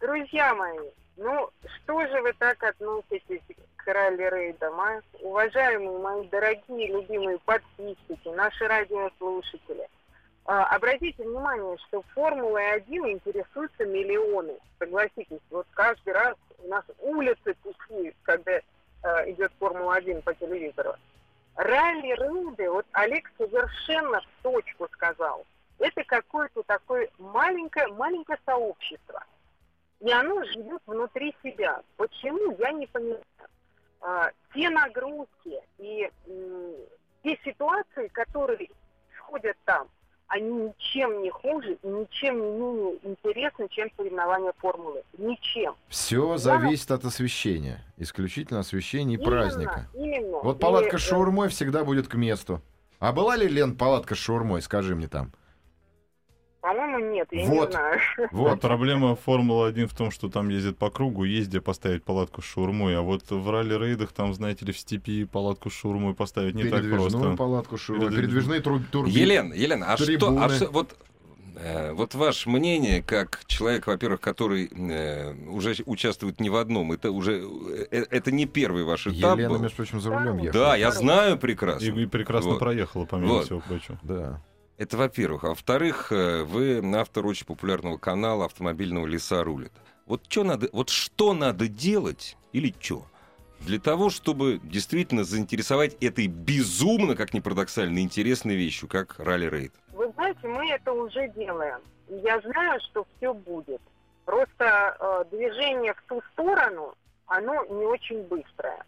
Speaker 8: Друзья мои, ну что же вы так относитесь к ралли рейдам, а? Уважаемые мои дорогие, любимые подписчики, наши радиослушатели, а, обратите внимание, что Формулой-1 интересуются миллионы. Согласитесь, вот каждый раз у нас улицы пустеют, когда э, идет Формула-1 по телевизору. Ралли рейды, вот Олег совершенно в точку сказал, это какое-то такое маленькое, маленькое сообщество. И оно живет внутри себя. Почему, я не понимаю. А, те нагрузки и м, те ситуации, которые сходят там, они ничем не хуже и ничем не менее интересны, чем соревнования Формулы. Ничем.
Speaker 2: Все зависит от освещения. Исключительно освещения и
Speaker 8: Именно,
Speaker 2: праздника.
Speaker 8: Именно.
Speaker 2: Вот
Speaker 8: И,
Speaker 2: палатка
Speaker 8: э,
Speaker 2: с шаурмой всегда будет к месту. А была ли, Лен, палатка с шаурмой, скажи мне там?
Speaker 8: По-моему, нет, я
Speaker 2: Вот.
Speaker 8: не знаю.
Speaker 3: Вот.
Speaker 2: Вот.
Speaker 3: проблема Формулы-1 в том, что там ездят по кругу, есть где поставить палатку с шаурмой, а вот в ралли-рейдах там, знаете ли, в степи палатку с шаурмой поставить не так
Speaker 2: Передвижную
Speaker 3: просто.
Speaker 2: палатку с шаурмой,
Speaker 3: Передвиж-
Speaker 2: передвижные тру- турбины.
Speaker 1: Елена, Елена, а что,
Speaker 2: трибуны.
Speaker 1: а что- вот, э, вот ваше мнение, как человек, во-первых, который э, уже участвует не в одном, это уже э, это не первый ваш этап.
Speaker 2: Елена,
Speaker 1: был.
Speaker 2: между прочим, за рулем
Speaker 8: Да,
Speaker 2: ехала.
Speaker 1: Да, я знаю
Speaker 3: И,
Speaker 1: прекрасно.
Speaker 3: и прекрасно
Speaker 1: Вот.
Speaker 3: проехала, помимо
Speaker 1: Вот.
Speaker 3: всего прочего.
Speaker 2: Да.
Speaker 1: Это во-первых. А во-вторых, э, вы автор очень популярного канала «Автомобильного леса рулит». Вот, чё надо, вот что надо делать или что? Для того, чтобы действительно заинтересовать этой безумно, как ни парадоксально, интересной вещью, как ралли-рейд.
Speaker 8: Вы знаете, мы это уже делаем. И Я знаю, что все будет. Просто э, движение в ту сторону, оно не очень быстрое.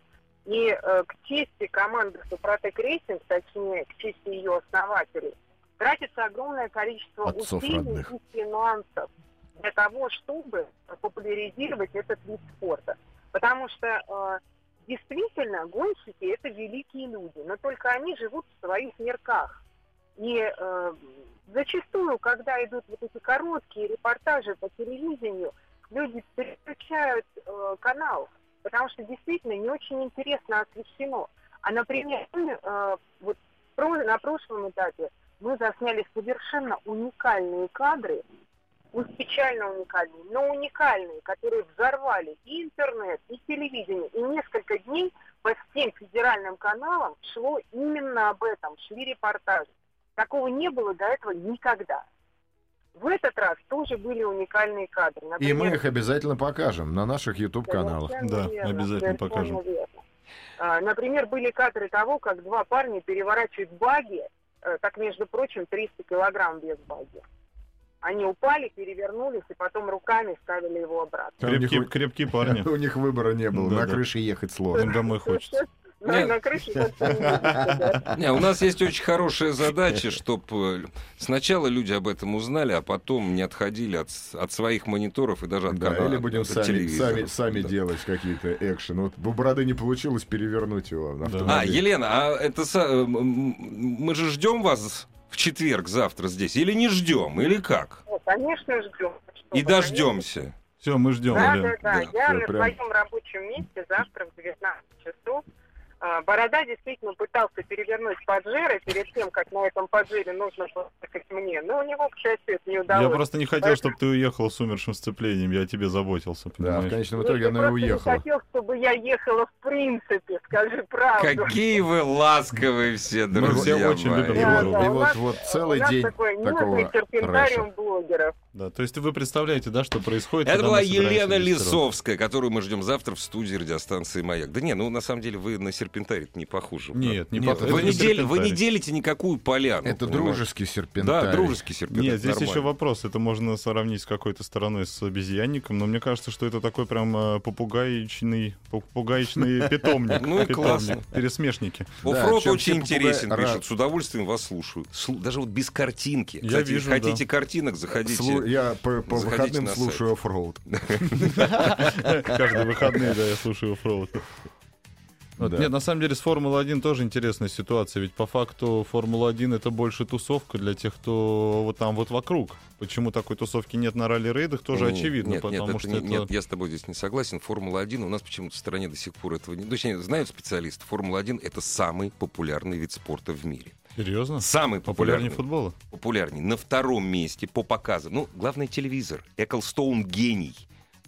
Speaker 8: И э, к чести команды «Супротек Рейсинг», точнее, к чести ее основателей, тратится огромное количество
Speaker 2: Отцов
Speaker 8: усилий
Speaker 2: родных.
Speaker 8: и финансов для того, чтобы популяризировать этот вид спорта. Потому что э, действительно гонщики – это великие люди, но только они живут в своих мерках. И э, зачастую, когда идут вот эти короткие репортажи по телевидению, люди переключают э, канал, потому что действительно не очень интересно освещено. А, например, мы, э, вот про- на прошлом этапе мы засняли совершенно уникальные кадры, уж печально уникальные, но уникальные, которые взорвали и интернет, и телевидение. И несколько дней по всем федеральным каналам шло именно об этом, шли репортажи. Такого не было до этого никогда. В этот раз тоже были уникальные кадры.
Speaker 2: И мы
Speaker 8: Например,
Speaker 2: их обязательно покажем на наших YouTube-каналах.
Speaker 8: Совершенно
Speaker 3: Да, обязательно
Speaker 8: совершенно
Speaker 3: покажем.
Speaker 8: верно. А, Например, были кадры того, как два парня переворачивают баги, э, так, между прочим, 300 килограмм без баги. Они упали, перевернулись и потом руками ставили его обратно.
Speaker 2: Там у них
Speaker 3: Крепкие,
Speaker 2: вы-
Speaker 3: крепкие парни.
Speaker 2: У них выбора не было, на
Speaker 3: Да-да.
Speaker 2: крыше ехать
Speaker 3: Им
Speaker 2: сложно.
Speaker 3: домой хочется.
Speaker 8: На,
Speaker 1: Нет.
Speaker 8: Ну, на крыше как-то не видно, да.
Speaker 1: Не, у нас есть очень хорошая задача, чтобы сначала люди об этом узнали, а потом не отходили от, с- от своих мониторов и даже от
Speaker 2: Да,
Speaker 1: канала.
Speaker 2: или будем
Speaker 1: от
Speaker 2: сами,
Speaker 1: телевизора.
Speaker 2: сами, сами
Speaker 1: Да.
Speaker 2: делать какие-то экшен. Вот у Бороды не получилось перевернуть его на
Speaker 3: Да.
Speaker 1: А,
Speaker 2: автомобиль.
Speaker 1: Елена, а это са- э, м- м- мы же ждем вас в четверг завтра здесь, или не ждем, или как?
Speaker 8: Ну, Конечно, ждем. Что
Speaker 1: И
Speaker 8: вы,
Speaker 1: дождемся.
Speaker 3: Все, мы ждем,
Speaker 8: Да, да,
Speaker 3: Лен.
Speaker 8: да.
Speaker 1: Да,
Speaker 8: Я
Speaker 2: всё,
Speaker 8: на
Speaker 2: прям.
Speaker 8: своем рабочем месте завтра в 19 часов. А, Борода действительно пытался перевернуть поджиры перед тем, как на этом поджире нужно плакать мне. Но у него, к счастью, это не удалось.
Speaker 3: Я просто не хотел, чтобы ты уехала с сумершим сцеплением. Я о тебе заботился,
Speaker 2: Да, в
Speaker 3: понимаешь?
Speaker 2: конечном
Speaker 8: Ну,
Speaker 2: итоге
Speaker 8: ты
Speaker 2: она и
Speaker 8: просто не
Speaker 2: уехала.
Speaker 8: хотел, чтобы я ехала в принципе, скажи правду.
Speaker 1: Какие вы ласковые все,
Speaker 3: Мы
Speaker 1: друзья
Speaker 3: все очень
Speaker 1: мои.
Speaker 3: любим
Speaker 2: И вот,
Speaker 3: друг
Speaker 8: Да, да,
Speaker 2: и
Speaker 8: у
Speaker 2: вот,
Speaker 8: нас-
Speaker 2: вот целый
Speaker 8: У нас
Speaker 2: день
Speaker 8: такой милый
Speaker 2: такого
Speaker 8: серпентариум
Speaker 2: трэша.
Speaker 8: блогеров.
Speaker 3: Да, то есть вы представляете, да, что происходит,
Speaker 1: Это
Speaker 3: когда
Speaker 1: была
Speaker 3: мы собираемся
Speaker 1: Елена
Speaker 3: регистрироваться.
Speaker 1: Лисовская, которую мы ждем завтра в студии радиостанции «Маяк». Да не, ну на самом деле вы на серпентарий не похуже.
Speaker 3: Нет, не
Speaker 2: Нет,
Speaker 3: похоже.
Speaker 2: это
Speaker 1: Вы
Speaker 3: Это
Speaker 1: не, дели- вы не
Speaker 3: серпентарий.
Speaker 1: делите никакую поляну.
Speaker 2: Это
Speaker 1: понимаете?
Speaker 2: дружеский серпентарий.
Speaker 1: Да, дружеский серпентарий.
Speaker 3: Нет, здесь
Speaker 1: нормально.
Speaker 3: еще вопрос. Это можно сравнить с какой-то стороной с обезьянником, но мне кажется, что это такой прям э, попугаечный, попугаечный питомник.
Speaker 1: Ну и
Speaker 3: питомник,
Speaker 1: классно.
Speaker 3: Пересмешники.
Speaker 1: Оффроуд
Speaker 2: чем
Speaker 1: очень
Speaker 2: все попугаи
Speaker 1: интересен,
Speaker 2: рад.
Speaker 1: пишут. С удовольствием вас слушаю. Слу- Даже вот без картинки.
Speaker 3: Я
Speaker 1: Кстати,
Speaker 3: вижу,
Speaker 1: хотите картинок, заходите.
Speaker 2: Слу- Я по, по
Speaker 1: Заходите
Speaker 2: выходным
Speaker 1: на
Speaker 2: слушаю оффроуд.
Speaker 3: Каждые выходные, да, я слушаю Фроуд. Вот,
Speaker 2: Да.
Speaker 3: Нет, на самом деле с Формулы-1 тоже интересная ситуация, ведь по факту Формула-1 это больше тусовка для тех, кто вот там вот вокруг. Почему такой тусовки нет на ралли-рейдах, тоже
Speaker 1: Ну,
Speaker 3: очевидно,
Speaker 1: нет,
Speaker 3: потому
Speaker 1: нет, это
Speaker 3: что
Speaker 1: не-
Speaker 3: это...
Speaker 1: нет, я с тобой здесь не согласен. Формула-1 у нас почему-то в стране до сих пор этого не... Точнее, знают специалисты, Формула-1 — это самый популярный вид спорта в мире.
Speaker 3: Серьезно?
Speaker 1: Самый популярный.
Speaker 3: Популярнее футбола?
Speaker 1: популярней. На втором месте по показам. Ну, главное, телевизор. Эклстоун гений.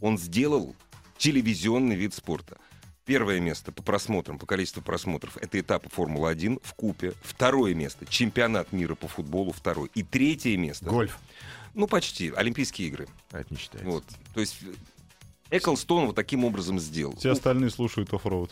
Speaker 1: Он сделал телевизионный вид спорта. Первое место по просмотрам, по количеству просмотров, это этапы Формулы-1 в Купе. Второе место — чемпионат мира по футболу, второй. И третье место...
Speaker 2: Гольф.
Speaker 1: Ну, почти. Олимпийские игры.
Speaker 2: А это не считается.
Speaker 1: Вот. То есть Эклстон вот таким образом сделал.
Speaker 3: Все остальные слушают оффроуд.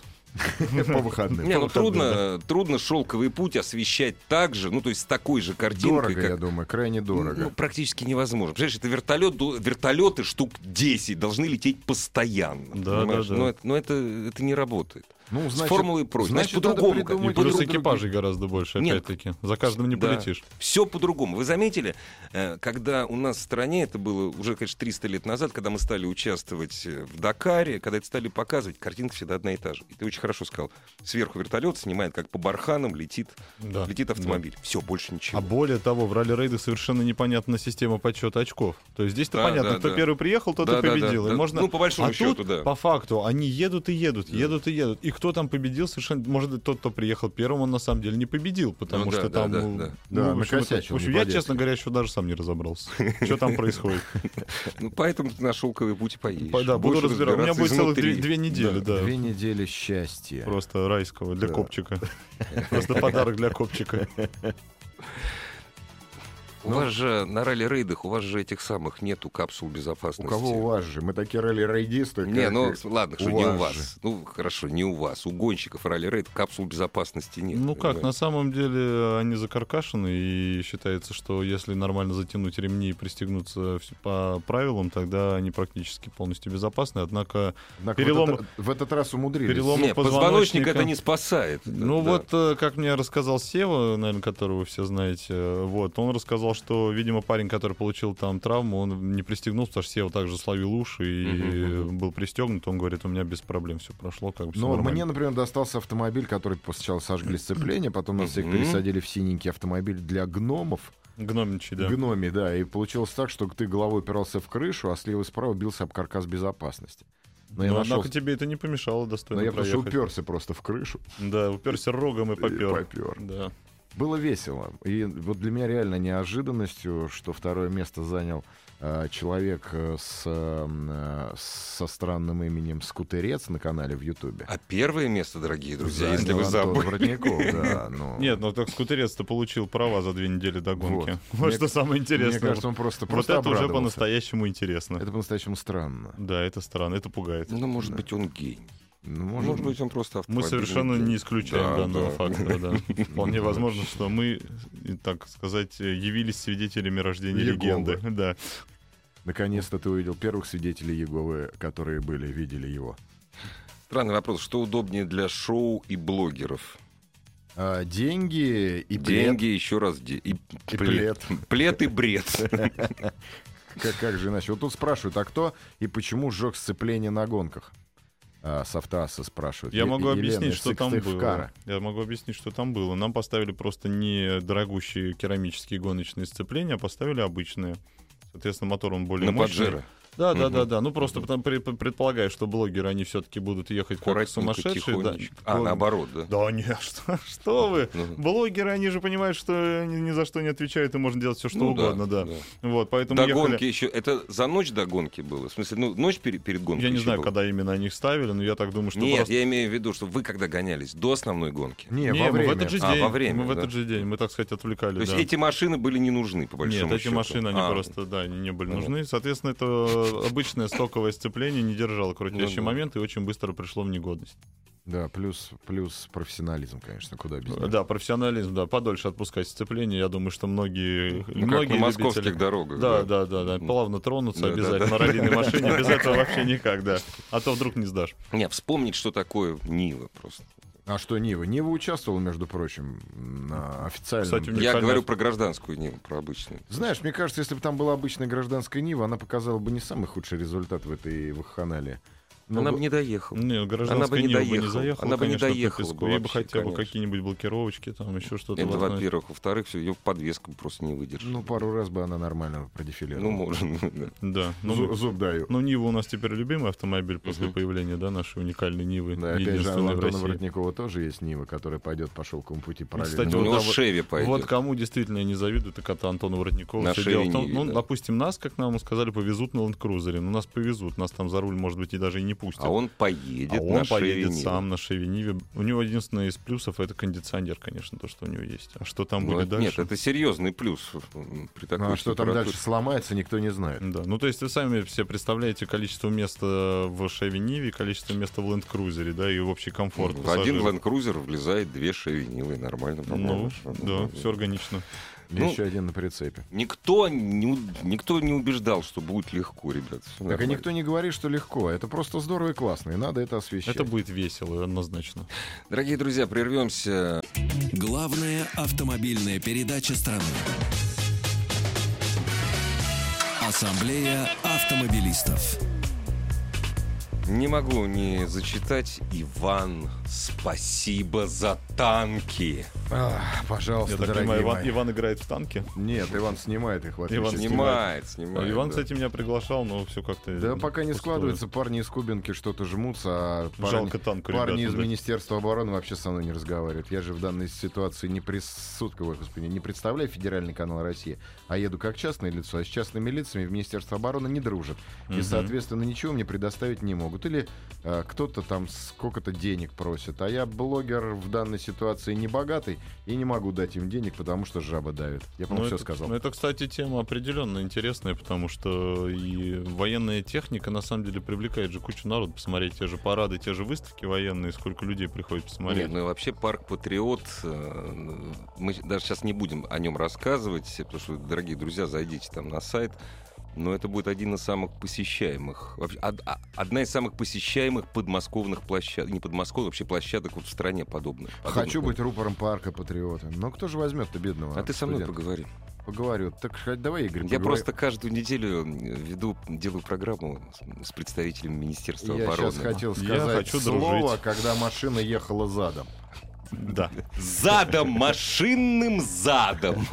Speaker 2: По выходным.
Speaker 1: Не, ну
Speaker 3: выходным,
Speaker 1: трудно, трудно шелковый путь освещать так же, ну то есть с такой же картинкой,
Speaker 2: Дорого,
Speaker 1: как
Speaker 2: я думаю, крайне
Speaker 1: Ну,
Speaker 2: дорого.
Speaker 1: практически невозможно. Понимаешь, это вертолет, ду- вертолеты штук 10 должны лететь постоянно.
Speaker 3: Да,
Speaker 1: понимаешь?
Speaker 3: да, да.
Speaker 1: Но, это, но это, это не работает.
Speaker 2: Ну,
Speaker 1: С формулой проще. Значит, по-другому.
Speaker 3: И
Speaker 1: Думаю,
Speaker 3: плюс
Speaker 1: друг
Speaker 3: экипажей гораздо больше,
Speaker 1: Нет.
Speaker 3: опять-таки. За каждым не
Speaker 1: Да.
Speaker 3: полетишь.
Speaker 1: Все по-другому. Вы заметили, э, когда у нас в стране, это было уже, конечно, 300 лет назад, когда мы стали участвовать э, в Дакаре, когда это стали показывать, картинка всегда одна и та же. И ты очень хорошо сказал. Сверху вертолет снимает, как по барханам летит,
Speaker 3: Да.
Speaker 1: летит автомобиль. Все, больше
Speaker 3: А
Speaker 1: ничего.
Speaker 3: более того, в ралли-рейды совершенно непонятна система подсчета очков. То есть здесь-то
Speaker 1: Да,
Speaker 3: понятно,
Speaker 1: да,
Speaker 3: кто
Speaker 1: да.
Speaker 3: первый приехал, тот и
Speaker 1: Да-да-да,
Speaker 3: победил. И
Speaker 1: да.
Speaker 3: можно...
Speaker 1: Ну, по большому
Speaker 3: а
Speaker 1: счету,
Speaker 3: тут,
Speaker 1: да.
Speaker 3: по факту, они едут и едут,
Speaker 1: Да.
Speaker 3: едут и едут. И кто там победил, совершенно... Может быть, тот, кто приехал первым, он на самом деле не победил, потому
Speaker 1: Ну да,
Speaker 3: что
Speaker 1: да,
Speaker 3: там...
Speaker 1: да,
Speaker 3: ну,
Speaker 1: да.
Speaker 3: ну,
Speaker 2: Да,
Speaker 3: в общем, это-
Speaker 2: накосячил,
Speaker 3: в общем,
Speaker 2: не
Speaker 3: я,
Speaker 2: по-детски.
Speaker 3: честно говоря, еще даже сам не разобрался, что там происходит.
Speaker 1: Ну, поэтому ты на шелковый путь и поедешь.
Speaker 3: Да, буду
Speaker 1: Будешь
Speaker 3: разбираться. У меня будет
Speaker 1: разбираться
Speaker 3: целых две
Speaker 1: изнутри.
Speaker 3: две недели, да.
Speaker 2: Две недели счастья.
Speaker 3: Просто райского для
Speaker 2: Да.
Speaker 3: копчика. Просто подарок для копчика.
Speaker 1: У вас же на ралли-рейдах, у вас же этих самых нету капсул безопасности.
Speaker 2: У кого у вас же? Мы такие ралли-рейдисты.
Speaker 1: Не,
Speaker 2: как
Speaker 1: ну
Speaker 2: их.
Speaker 1: ладно, что
Speaker 2: У
Speaker 1: не у
Speaker 2: вас
Speaker 1: вас.
Speaker 2: же.
Speaker 1: Ну хорошо, не у вас. У гонщиков ралли-рейд капсул безопасности нет.
Speaker 3: Ну как, на
Speaker 1: понимаете?
Speaker 3: самом деле они закаркашены, и считается, что если нормально затянуть ремни и пристегнуться вс- по правилам, тогда они практически полностью безопасны. Однако,
Speaker 2: Однако
Speaker 3: перелом-
Speaker 2: в, этот, в этот раз умудрились.
Speaker 3: перелом- самом
Speaker 1: Не, позвоночник
Speaker 3: позвоночника-
Speaker 1: это не спасает.
Speaker 3: ну
Speaker 1: Да.
Speaker 3: вот, э, как мне рассказал Сева, наверное, которого вы все знаете, э, вот, он рассказал, что, видимо, парень, который получил там травму, он не пристегнулся, потому что Сева также словил уши и
Speaker 1: Мгм,
Speaker 3: был пристегнут. Он говорит, у меня без проблем все прошло, как бы все
Speaker 2: Но
Speaker 3: нормально.
Speaker 2: мне, например, достался автомобиль, который по- сначала сожгли сцепление, потом нас всех
Speaker 1: Мгм.
Speaker 2: пересадили в синенький автомобиль для гномов.
Speaker 3: Гномничий, да.
Speaker 2: Гноми, да. И получилось так, что ты головой упирался в крышу, а слева и справа бился об каркас безопасности. Но Ну, я
Speaker 3: Но,
Speaker 2: нашел...
Speaker 3: однако тебе это не помешало достойно
Speaker 2: Но я просто
Speaker 3: а проехать.
Speaker 2: уперся просто в крышу.
Speaker 3: Да, уперся рогом и попер.
Speaker 2: попёр.
Speaker 3: Да.
Speaker 2: Было весело. И вот для меня реально неожиданностью, что второе место занял э, человек э, с, э, м, э, со странным именем Скутерец на канале в Ютубе.
Speaker 1: А первое место, дорогие друзья,
Speaker 2: Занял
Speaker 1: если вы
Speaker 2: Антон
Speaker 1: забыли.
Speaker 2: Воротников, да, ну.
Speaker 3: Нет, ну так скутерец-то получил права за две недели до гонки.
Speaker 2: Вот.
Speaker 3: Вот,
Speaker 2: Мне
Speaker 3: что самое интересное.
Speaker 2: Мне кажется, он просто,
Speaker 3: вот
Speaker 2: просто
Speaker 3: это уже
Speaker 2: обрадовался.
Speaker 3: по-настоящему интересно.
Speaker 2: Это по-настоящему странно.
Speaker 3: Да, это странно, это пугает.
Speaker 1: Ну, может быть, он гей.
Speaker 2: Ну,
Speaker 1: Может,
Speaker 2: может
Speaker 1: быть, он просто
Speaker 3: Мы
Speaker 1: автомобильный
Speaker 3: совершенно
Speaker 1: гей.
Speaker 3: не исключаем
Speaker 1: Да, да.
Speaker 3: данного факта, да. Вполне
Speaker 2: Ну,
Speaker 3: возможно, что мы, и, так сказать, э, явились свидетелями рождения
Speaker 2: Иеговы.
Speaker 3: легенды. Да.
Speaker 2: Наконец-то ты увидел первых свидетелей Еговы, которые были, видели его.
Speaker 1: Странный вопрос. Что удобнее для шоу и блогеров?
Speaker 2: А, деньги и бред.
Speaker 1: Деньги, еще раз, де- и,
Speaker 2: И
Speaker 1: Плед и бред.
Speaker 2: Как, как же иначе? Вот тут спрашивают, а кто и почему сжег сцепление на гонках? А, с автоаса спрашивают.
Speaker 3: Я
Speaker 2: Е-
Speaker 3: могу
Speaker 2: Елена
Speaker 3: объяснить,
Speaker 2: из
Speaker 3: что там было.
Speaker 2: Сыктывкара.
Speaker 3: Я могу объяснить, что там было. Нам поставили просто не дорогущие керамические гоночные сцепления, а поставили обычные. Соответственно, мотор он более
Speaker 1: На
Speaker 3: мощный.
Speaker 1: Паджеро.
Speaker 3: Да, да,
Speaker 1: Мгм.
Speaker 3: да, да. Ну просто потому, пре- пре- предполагаю, что блогеры они все-таки будут ехать как
Speaker 1: Аккуратненько,
Speaker 3: сумасшедшие. Да,
Speaker 1: тихонечко. А, наоборот, да?
Speaker 3: Да не, что, что вы?
Speaker 1: Ну,
Speaker 3: Блогеры, они же понимают, что они ни за что не отвечают, и можно делать все, что
Speaker 1: ну
Speaker 3: угодно, да. Вот, поэтому
Speaker 1: До
Speaker 3: ехали-
Speaker 1: гонки еще. Это за ночь до гонки было? В смысле, ну, ночь пере- перед, гонкой?
Speaker 3: Я не
Speaker 1: еще
Speaker 3: знаю,
Speaker 1: было?
Speaker 3: когда именно они их ставили, но я так думаю, что
Speaker 1: Нет,
Speaker 3: просто...
Speaker 1: я имею в виду, что вы когда гонялись, до основной гонки.
Speaker 2: Не,
Speaker 3: Не,
Speaker 2: во
Speaker 3: мы
Speaker 2: время.
Speaker 3: в этот же
Speaker 1: А,
Speaker 3: день.
Speaker 1: во время,
Speaker 3: мы в
Speaker 1: да.
Speaker 3: этот же день. Мы, так сказать, отвлекали.
Speaker 1: То есть
Speaker 3: да.
Speaker 1: эти машины были не нужны, по большому
Speaker 3: Нет, эти
Speaker 1: счету.
Speaker 3: машины, они
Speaker 1: А,
Speaker 3: просто, да, не, не были
Speaker 1: Понятно.
Speaker 3: нужны. Соответственно, это обычное стоковое сцепление не держало крутящий
Speaker 1: Ну да.
Speaker 3: момент и очень быстро пришло в негодность.
Speaker 2: Да, плюс, плюс профессионализм, конечно, куда без него.
Speaker 3: Да, профессионализм, да, подольше отпускать сцепление. Я думаю, что многие,
Speaker 1: ну, как
Speaker 3: многие
Speaker 1: на московских
Speaker 3: любители-
Speaker 1: дорогах.
Speaker 3: Да, да, да, да. Плавно тронуться
Speaker 1: Да, да,
Speaker 3: обязательно
Speaker 1: да.
Speaker 3: на раллийной машине. Без этого вообще никак, да. А то вдруг не сдашь.
Speaker 1: Не, вспомнить, что такое Нива просто.
Speaker 2: А что Нива? Нива участвовала, между прочим, на официальном...
Speaker 3: Кстати, у меня-
Speaker 1: Я
Speaker 3: Уникальная-
Speaker 1: говорю про гражданскую Ниву, про обычную.
Speaker 2: Знаешь, мне кажется, если бы там была обычная гражданская Нива, она показала бы не самый худший результат в этой вакханалии.
Speaker 3: Ну,
Speaker 2: Но
Speaker 1: Она
Speaker 2: бы-
Speaker 1: бы не доехала.
Speaker 3: Не,
Speaker 1: Она бы
Speaker 3: гражданская
Speaker 1: не
Speaker 3: Нива бы не
Speaker 1: доехала.
Speaker 3: заехала.
Speaker 1: Она бы не
Speaker 3: конечно, по
Speaker 1: доехала
Speaker 3: песку.
Speaker 1: бы
Speaker 3: Ей бы
Speaker 1: вообще,
Speaker 3: хотя бы
Speaker 1: конечно.
Speaker 3: какие-нибудь блокировочки, там еще что-то.
Speaker 1: Это,
Speaker 3: в одной-
Speaker 1: во-первых. Во-вторых, все, ее подвеска просто не выдержит.
Speaker 2: Ну, пару раз бы она нормально
Speaker 1: Ну,
Speaker 2: продефилировала.
Speaker 1: можно. да.
Speaker 3: Да. Ну,
Speaker 2: Зу-
Speaker 3: мы-
Speaker 2: зуб даю.
Speaker 3: ну, Нива у нас теперь любимый автомобиль после
Speaker 1: Мгм.
Speaker 3: появления, да, нашей уникальной Нивы.
Speaker 2: Да, опять же, у
Speaker 3: единственной в
Speaker 2: Антона
Speaker 3: России.
Speaker 2: Воротникова тоже есть Нива, которая пойдет по шелковому пути параллельно.
Speaker 3: кстати,
Speaker 1: Ну, у
Speaker 3: вот
Speaker 1: него
Speaker 3: да, вот-
Speaker 1: Шеви пойдет.
Speaker 3: Вот кому действительно я не завидую, так это Антону Воротникову.
Speaker 1: На
Speaker 3: Всё
Speaker 1: шее
Speaker 3: дело в том-
Speaker 1: не
Speaker 3: ну,
Speaker 1: видно.
Speaker 3: допустим, нас, как нам сказали, повезут на ленд-крузере. Ну, нас повезут, нас там за руль, может быть, и даже и не пустят.
Speaker 1: А он поедет
Speaker 3: А
Speaker 1: на
Speaker 3: он
Speaker 1: шее
Speaker 3: поедет
Speaker 1: Нивы.
Speaker 3: сам на Шевиниве. У него единственное из плюсов это кондиционер, конечно, то, что у него есть. А что там
Speaker 1: Ну,
Speaker 3: будет
Speaker 1: это-
Speaker 3: дальше?
Speaker 1: Нет, это серьезный плюс м, при такой
Speaker 2: Ну, а что там
Speaker 1: температуре.
Speaker 2: дальше сломается, никто не знает.
Speaker 3: Да, ну то есть вы сами все представляете количество места в Шевиниве, количество места в ленд-крузере, да, и общий комфорт.
Speaker 1: В
Speaker 3: пассажиров.
Speaker 1: один Land Cruiser влезает две Шеви Нивы, нормально, по-моему.
Speaker 3: Ну, да, все органично.
Speaker 1: Ну,
Speaker 2: Еще один на прицепе.
Speaker 1: Никто не, у- никто не убеждал, что будет легко, ребят.
Speaker 3: а
Speaker 1: всё
Speaker 2: Так и
Speaker 1: нормально.
Speaker 2: никто не говорит, что легко. Это просто здорово и классно, и надо это освещать.
Speaker 3: Это будет весело, однозначно.
Speaker 1: Дорогие друзья, прервемся.
Speaker 5: Главная автомобильная передача страны. Ассамблея автомобилистов.
Speaker 1: Не могу не зачитать. Иван, спасибо за танки.
Speaker 2: Ах, пожалуйста,
Speaker 3: Я так
Speaker 2: дорогие
Speaker 3: понимаю, Иван,
Speaker 2: мои.
Speaker 3: Иван играет в танки.
Speaker 2: Нет, Иван снимает их в отличие
Speaker 3: Иван
Speaker 2: от-
Speaker 1: Снимает, снимает.
Speaker 3: Иван,
Speaker 1: да.
Speaker 3: кстати, меня приглашал, но все как-то.
Speaker 2: Да пока не
Speaker 3: пустое.
Speaker 2: складывается, парни из Кубинки что-то жмутся, а парни,
Speaker 3: Жалко танку,
Speaker 2: парни
Speaker 3: ребята,
Speaker 2: из
Speaker 3: да.
Speaker 2: Министерства обороны вообще со мной не разговаривают. Я же в данной ситуации не присутствую, господи, не представляю федеральный канал России, а еду как частное лицо, а с частными лицами в Министерство обороны не дружат. И,
Speaker 3: Мгм.
Speaker 2: соответственно, ничего мне предоставить не могут. пишут, или э, кто-то там сколько-то денег просит. А я блогер в данной ситуации не богатый и не могу дать им денег, потому что жаба давит. Я,
Speaker 3: Ну,
Speaker 2: по-моему, все
Speaker 3: это-
Speaker 2: сказал.
Speaker 3: ну, это, кстати, тема определенно интересная, потому что и военная техника на самом деле привлекает же кучу народу посмотреть те же парады, те же выставки военные, сколько людей приходит посмотреть.
Speaker 1: Нет, ну и вообще парк Патриот, э, мы даже сейчас не будем о нем рассказывать, потому что, дорогие друзья, зайдите там на сайт, но это будет один из самых посещаемых, вообще, од- а- одна из самых посещаемых подмосковных площадок, не подмосковных, вообще площадок вот в стране подобных.
Speaker 2: Хочу
Speaker 1: Подобных.
Speaker 2: быть рупором парка патриота. Но кто же возьмет-то бедного?
Speaker 1: А ты со мной
Speaker 2: студента?
Speaker 1: поговори.
Speaker 2: поговорю. Так хоть давай, Игорь,
Speaker 1: Я
Speaker 2: поговори.
Speaker 1: просто каждую неделю э, веду, делаю программу с- с представителями Министерства
Speaker 2: Я
Speaker 1: обороны.
Speaker 2: сейчас хотел
Speaker 3: Я
Speaker 2: сказать
Speaker 3: хочу
Speaker 2: слово,
Speaker 3: дружить.
Speaker 2: когда машина ехала задом. ну,
Speaker 3: Да.
Speaker 1: Задом, машинным задом.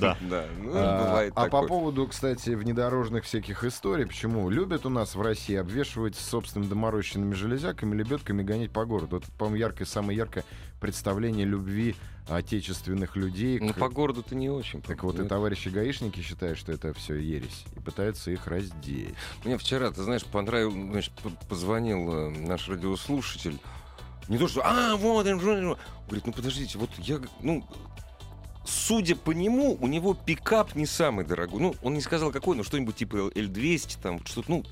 Speaker 3: Да.
Speaker 1: Да, ну,
Speaker 2: А,
Speaker 1: бывает
Speaker 2: а по
Speaker 1: такое.
Speaker 2: поводу, кстати, внедорожных всяких историй, почему любят у нас в России обвешивать собственными доморощенными железяками, лебедками и гонять по городу. Это, по-моему, яркое, самое яркое представление любви отечественных людей.
Speaker 1: Ну,
Speaker 2: к-
Speaker 1: по городу-то не очень. Ну,
Speaker 2: Так вот, и
Speaker 1: понимаешь?
Speaker 2: товарищи гаишники считают, что это все ересь, и пытаются их раздеть.
Speaker 1: Мне вчера, ты знаешь, понравилось, значит, п- позвонил э, наш радиослушатель. Не то, что, а, вот, он же, он же». говорит, ну подождите, вот я, г- ну, судя по нему, у него пикап не самый дорогой. Ну, он не сказал какой, но что-нибудь типа Л- L200, там, вот что-то, ну,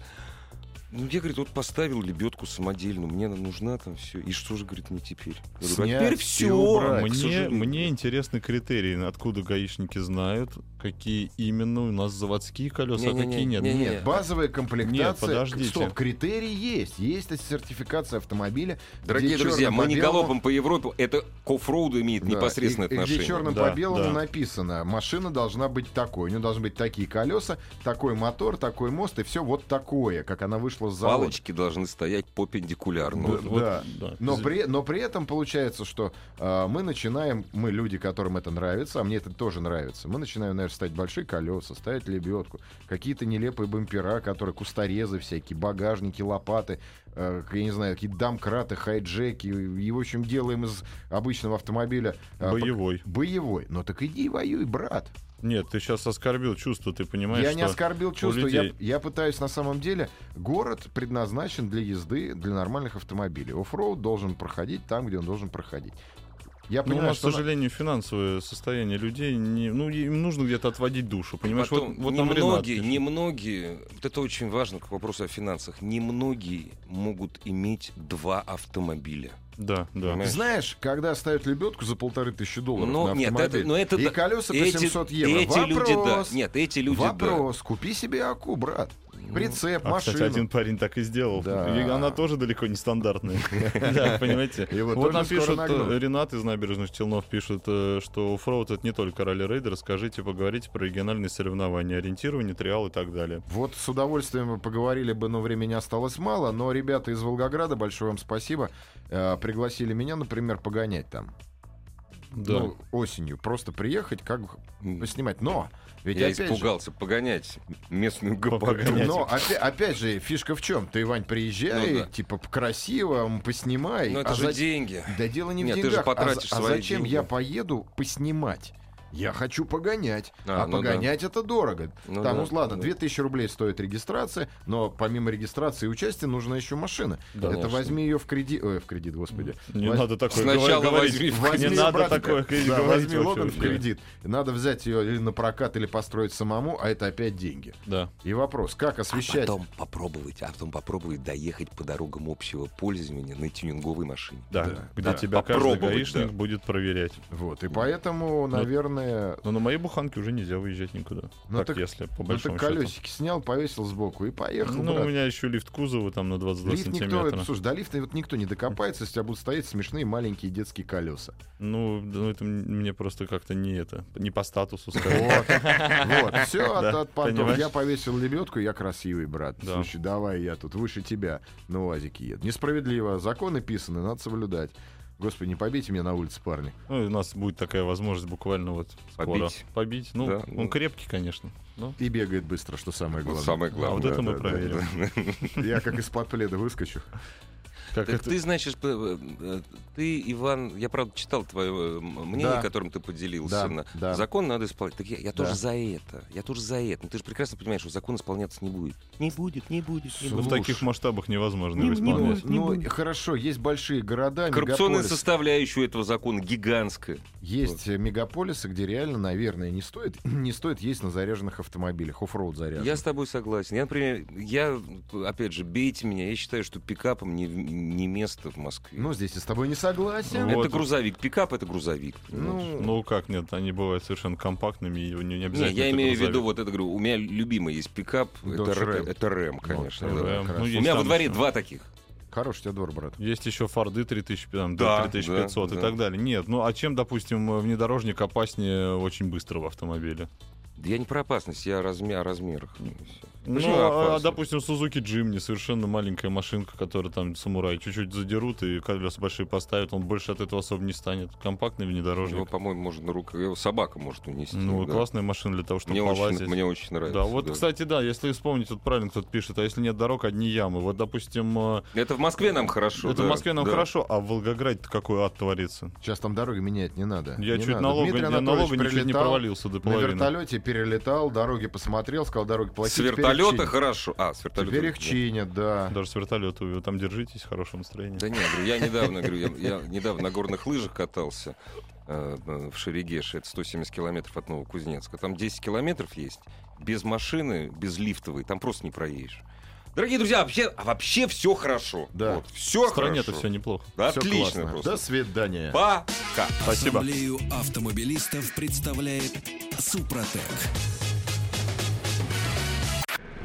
Speaker 1: ну, я, говорит, вот поставил лебедку самодельную, мне она нужна там все. И что же, говорит, мне теперь? Я говорю, «А
Speaker 2: Снять
Speaker 1: теперь
Speaker 2: и
Speaker 1: все.
Speaker 2: убрать. к
Speaker 3: А Мне,
Speaker 2: сожалению.
Speaker 3: мне интересны критерии, откуда гаишники знают, какие именно у нас заводские колеса, а какие нет.
Speaker 2: Нет, базовая комплектация...
Speaker 3: Нет, подождите.
Speaker 2: Стоп, критерии есть. Есть сертификация автомобиля.
Speaker 1: Дорогие
Speaker 2: где
Speaker 1: друзья,
Speaker 2: чёрным
Speaker 1: мы
Speaker 2: по
Speaker 1: не
Speaker 2: белому-
Speaker 1: галопом по Европе, это к оффроуду имеет
Speaker 2: Да,
Speaker 1: непосредственное
Speaker 2: и- и
Speaker 1: отношение.
Speaker 2: Где черным
Speaker 3: Да,
Speaker 2: по белому
Speaker 3: да.
Speaker 2: написано, машина должна быть такой. У нее должны быть такие колеса, такой мотор, такой мост, и все вот такое, как она вышла с завода.
Speaker 1: Палочки должны стоять
Speaker 3: Вот-
Speaker 1: попендикулярно.
Speaker 2: Ну,
Speaker 3: вот,
Speaker 2: да.
Speaker 3: да.
Speaker 2: Но
Speaker 3: З-
Speaker 2: при, но при этом получается, что э, мы начинаем, мы люди, которым это нравится, а мне это тоже нравится, мы начинаем, наверное, ставить большие колеса, ставить лебедку, какие-то нелепые бампера, которые кусторезы всякие, багажники, лопаты, э, я не знаю, какие-то дамкраты, хайджеки, и, в общем, делаем из обычного автомобиля э,
Speaker 3: Боевой.
Speaker 2: пок- боевой. Но так иди и воюй, брат.
Speaker 3: Нет, ты сейчас оскорбил чувство, ты понимаешь,
Speaker 2: Я
Speaker 3: что...
Speaker 2: не оскорбил чувства. Я,
Speaker 3: людей-
Speaker 2: я пытаюсь на самом деле. Город предназначен для езды, для нормальных автомобилей. Оффроуд должен проходить там, где он должен проходить. Я
Speaker 3: Ну, у
Speaker 2: понимаю,
Speaker 3: нас, к
Speaker 2: что на-
Speaker 3: сожалению, финансовое состояние людей, не, ну, им нужно где-то отводить душу, понимаешь?
Speaker 1: Потом,
Speaker 3: вот, вот нам Ренат
Speaker 1: немногие,
Speaker 3: пишет.
Speaker 1: немногие, вот это очень важно к вопросу о финансах, немногие могут иметь два автомобиля.
Speaker 3: Да, да.
Speaker 1: Понимаешь?
Speaker 2: знаешь, когда ставят лебедку за полторы тысячи долларов
Speaker 1: Ну,
Speaker 2: на
Speaker 1: нет,
Speaker 2: автомобиль,
Speaker 1: это- ну, это
Speaker 2: и
Speaker 1: да.
Speaker 2: колеса по 700 евро.
Speaker 1: эти
Speaker 2: вопрос,
Speaker 1: люди, да. Нет, эти люди,
Speaker 2: вопрос, купи себе АКУ, брат.
Speaker 1: Ну,
Speaker 2: Прицеп,
Speaker 3: А,
Speaker 2: машину.
Speaker 3: кстати, один парень так и сделал.
Speaker 2: Да.
Speaker 3: И она тоже далеко не стандартная. Да, понимаете?
Speaker 2: И вот
Speaker 3: Вот
Speaker 2: тоже
Speaker 3: нам
Speaker 2: скоро
Speaker 3: пишут,
Speaker 2: нагнут.
Speaker 3: э, Ренат из набережных Челнов пишет, э, что оффроуд это не только ралли-рейдер. Скажите, поговорите про региональные соревнования, ориентирование, триал и так далее.
Speaker 2: Вот с удовольствием мы поговорили бы, но времени осталось мало. Но ребята из Волгограда, большое вам спасибо, э, пригласили меня, например, погонять там.
Speaker 3: Да.
Speaker 2: ну, осенью. Просто приехать, как бы
Speaker 1: да.
Speaker 2: снимать. Но! Ведь
Speaker 1: Я
Speaker 2: опять а
Speaker 1: испугался погонять местную
Speaker 2: Же,
Speaker 3: Погонять.
Speaker 1: ГПГ.
Speaker 2: но опя- опять же, фишка в чем? Ты, Вань, приезжай,
Speaker 1: Ну да.
Speaker 2: типа, красиво, м, поснимай.
Speaker 1: Но
Speaker 2: а
Speaker 1: Ну, это
Speaker 2: за-
Speaker 1: же деньги.
Speaker 2: Да дело не в
Speaker 1: Нет, ты же
Speaker 2: деньгах. а за-
Speaker 1: потратишь
Speaker 2: а,
Speaker 1: свои
Speaker 2: зачем
Speaker 1: деньги.
Speaker 2: я поеду поснимать? Я хочу погонять. А,
Speaker 1: А, ну да.
Speaker 2: погонять это дорого.
Speaker 1: Ну
Speaker 2: Там,
Speaker 1: да,
Speaker 2: уж ладно,
Speaker 1: да.
Speaker 2: 2000 рублей стоит регистрация, но помимо регистрации и участия нужна еще машина. это
Speaker 1: Конечно.
Speaker 2: возьми ее в кредит. Ой, в кредит, господи.
Speaker 3: Не
Speaker 2: Возь-
Speaker 3: надо такое
Speaker 1: Сначала
Speaker 3: говорить.
Speaker 1: возьми в
Speaker 3: Не
Speaker 2: Возьми
Speaker 3: надо
Speaker 2: обратно.
Speaker 3: такое говорить.
Speaker 2: Да, возьми
Speaker 3: вообще,
Speaker 2: Логан в
Speaker 3: да.
Speaker 2: кредит. Надо взять ее или на прокат, или построить самому, а это опять деньги.
Speaker 3: Да.
Speaker 2: И вопрос, как
Speaker 1: А
Speaker 2: освещать?
Speaker 1: потом попробовать, а потом попробовать доехать по дорогам общего пользования на тюнинговой машине.
Speaker 3: Да,
Speaker 2: Да,
Speaker 3: где
Speaker 2: да.
Speaker 3: тебя каждый
Speaker 1: Попробовать,
Speaker 3: гаишник
Speaker 1: да.
Speaker 3: будет проверять.
Speaker 2: Вот, и
Speaker 3: Ну,
Speaker 2: поэтому, наверное...
Speaker 3: Но на моей буханке уже нельзя выезжать никуда.
Speaker 2: Ну
Speaker 3: так,
Speaker 2: так-
Speaker 3: если, по
Speaker 2: Ну,
Speaker 3: большому
Speaker 2: ты
Speaker 3: счету.
Speaker 2: колесики снял, повесил сбоку и поехал,
Speaker 3: Ну,
Speaker 2: брат.
Speaker 3: у меня еще лифт кузова там на 22
Speaker 2: Лифт никто,
Speaker 3: сантиметра.
Speaker 2: это, слушай, до лифта вот никто не докопается, если у тебя будут стоять смешные маленькие детские колеса.
Speaker 3: Ну, да, ну, это м- мне просто как-то не это, не по статусу скажем.
Speaker 2: Вот, вот, все от,
Speaker 3: Да,
Speaker 2: от понтов.
Speaker 3: понимаешь?
Speaker 2: Я повесил лебедку, я красивый, брат.
Speaker 3: Да.
Speaker 2: Слушай, давай, я тут выше тебя на УАЗике еду. Несправедливо, законы писаны, надо соблюдать. Господи, не побейте меня на улице, парни.
Speaker 3: Ну, и у нас будет такая возможность буквально вот скоро
Speaker 1: Побить.
Speaker 3: Побить. Ну,
Speaker 1: Да,
Speaker 3: он
Speaker 1: ну.
Speaker 3: крепкий, конечно. Ну, но-
Speaker 2: И бегает быстро, что самое
Speaker 1: Вот
Speaker 2: главное.
Speaker 1: самое
Speaker 3: А
Speaker 1: главное.
Speaker 3: вот это мы
Speaker 1: да, да,
Speaker 3: проверим.
Speaker 1: да.
Speaker 2: Я как из-под пледа выскочу.
Speaker 3: Как
Speaker 1: Так
Speaker 3: это-
Speaker 1: ты, значит, п- э, ты, Иван, я правда читал твое э, м- мнение,
Speaker 2: Да.
Speaker 1: которым ты
Speaker 2: Да,
Speaker 1: поделился. на-
Speaker 2: да.
Speaker 1: Закон надо исполнять. Так я, я
Speaker 2: Да.
Speaker 1: тоже за это. Я тоже за это. Но ты же прекрасно понимаешь, что закон исполняться не будет. Не будет, не будет, не
Speaker 2: Слушай,
Speaker 3: Ну,
Speaker 1: будет.
Speaker 3: в таких масштабах невозможно
Speaker 1: Не-
Speaker 3: его
Speaker 1: не
Speaker 3: исполнять.
Speaker 1: будет.
Speaker 2: Ну, хорошо, есть большие города,
Speaker 1: Коррупционная
Speaker 2: мегаполисы.
Speaker 1: составляющая у этого закона гигантская.
Speaker 2: Есть э, мегаполисы, где реально, наверное, не стоит, не стоит есть на заряженных автомобилях, оффроуд заряжен.
Speaker 1: Я с тобой согласен. Я, например, я, опять же, бейте меня, я считаю, что пикапом не, не место в Москве.
Speaker 2: Ну, здесь я с тобой не согласен.
Speaker 1: это
Speaker 3: вот.
Speaker 1: грузовик. Пикап это грузовик. понимаешь?
Speaker 2: Ну,
Speaker 3: Ну как нет, они бывают совершенно компактными, и не, не
Speaker 1: Не,
Speaker 3: обязательно.
Speaker 1: я
Speaker 3: это
Speaker 1: имею в
Speaker 3: грузовик.
Speaker 1: виду, вот это говорю, у меня любимый есть пикап, это,
Speaker 2: Dodge Ram.
Speaker 1: Р- это Рэм, конечно. да.
Speaker 2: Dodge Ram.
Speaker 3: Прям,
Speaker 2: Хорошо.
Speaker 3: ну,
Speaker 2: У
Speaker 1: У
Speaker 3: есть
Speaker 1: меня во
Speaker 3: там
Speaker 1: дворе
Speaker 3: ещё-
Speaker 1: два таких.
Speaker 2: хороший у тебя двор, брат.
Speaker 3: Есть еще Форды 3000, там,
Speaker 1: Да,
Speaker 3: 3500
Speaker 1: да,
Speaker 3: и
Speaker 1: да.
Speaker 3: так далее. Нет, ну а чем, допустим, внедорожник опаснее очень быстро в автомобиле?
Speaker 1: Да я не про опасность, я о, разме- о размерах. Ну, и всё.
Speaker 3: Ну,
Speaker 1: Почему
Speaker 3: а,
Speaker 1: опасно?
Speaker 3: допустим, Сузуки Джимни, совершенно маленькая машинка, которая там самурай, чуть-чуть задерут и колеса большие поставят, он больше от этого особо не станет. Компактный
Speaker 1: Его,
Speaker 3: внедорожник.
Speaker 1: по-моему, можно на руках. Его собака может унести.
Speaker 3: Ну,
Speaker 1: да.
Speaker 3: классная машина для того, чтобы
Speaker 1: Мне очень,
Speaker 3: полазить.
Speaker 1: мне очень нравится.
Speaker 3: Да, вот, кстати, да, если вспомнить, вот правильно кто-то пишет, а если нет дорог, одни ямы. Вот, допустим, э,
Speaker 1: Это в Москве нам хорошо.
Speaker 3: это в
Speaker 1: да,
Speaker 3: Москве нам
Speaker 1: да.
Speaker 3: хорошо, а в Волгограде-то какой ад творится.
Speaker 2: Сейчас там дороги менять не надо.
Speaker 3: Я
Speaker 2: Не
Speaker 3: чуть
Speaker 2: надо.
Speaker 3: налога,
Speaker 2: Дмитрий
Speaker 3: я
Speaker 2: Анатольевич
Speaker 3: налога ничуть не
Speaker 2: прилетал,
Speaker 3: провалился до
Speaker 2: На
Speaker 3: половины.
Speaker 2: вертолете перелетал, дороги посмотрел, сказал, дороги
Speaker 1: С
Speaker 2: плохие. теперь их
Speaker 1: вертолета
Speaker 2: чинят.
Speaker 1: хорошо. А, с вертолета.
Speaker 2: Теперь их чинят, да.
Speaker 3: Даже с вертолета вы там держитесь, хорошего настроения.
Speaker 1: Да нет, я недавно, говорю, я, я недавно на горных лыжах катался э, э, в Шерегеше, это 170 километров от Новокузнецка. Там 10 километров есть, без машины, без лифтовой, там просто не проедешь. Дорогие друзья, вообще, а вообще все хорошо.
Speaker 2: Да.
Speaker 1: все
Speaker 3: в стране-то
Speaker 1: хорошо.
Speaker 3: все неплохо.
Speaker 1: Да,
Speaker 2: Всё
Speaker 1: отлично
Speaker 2: классно. До
Speaker 1: просто.
Speaker 2: свидания.
Speaker 1: Пока.
Speaker 3: Спасибо.
Speaker 5: Ассамблею автомобилистов представляет Супротек.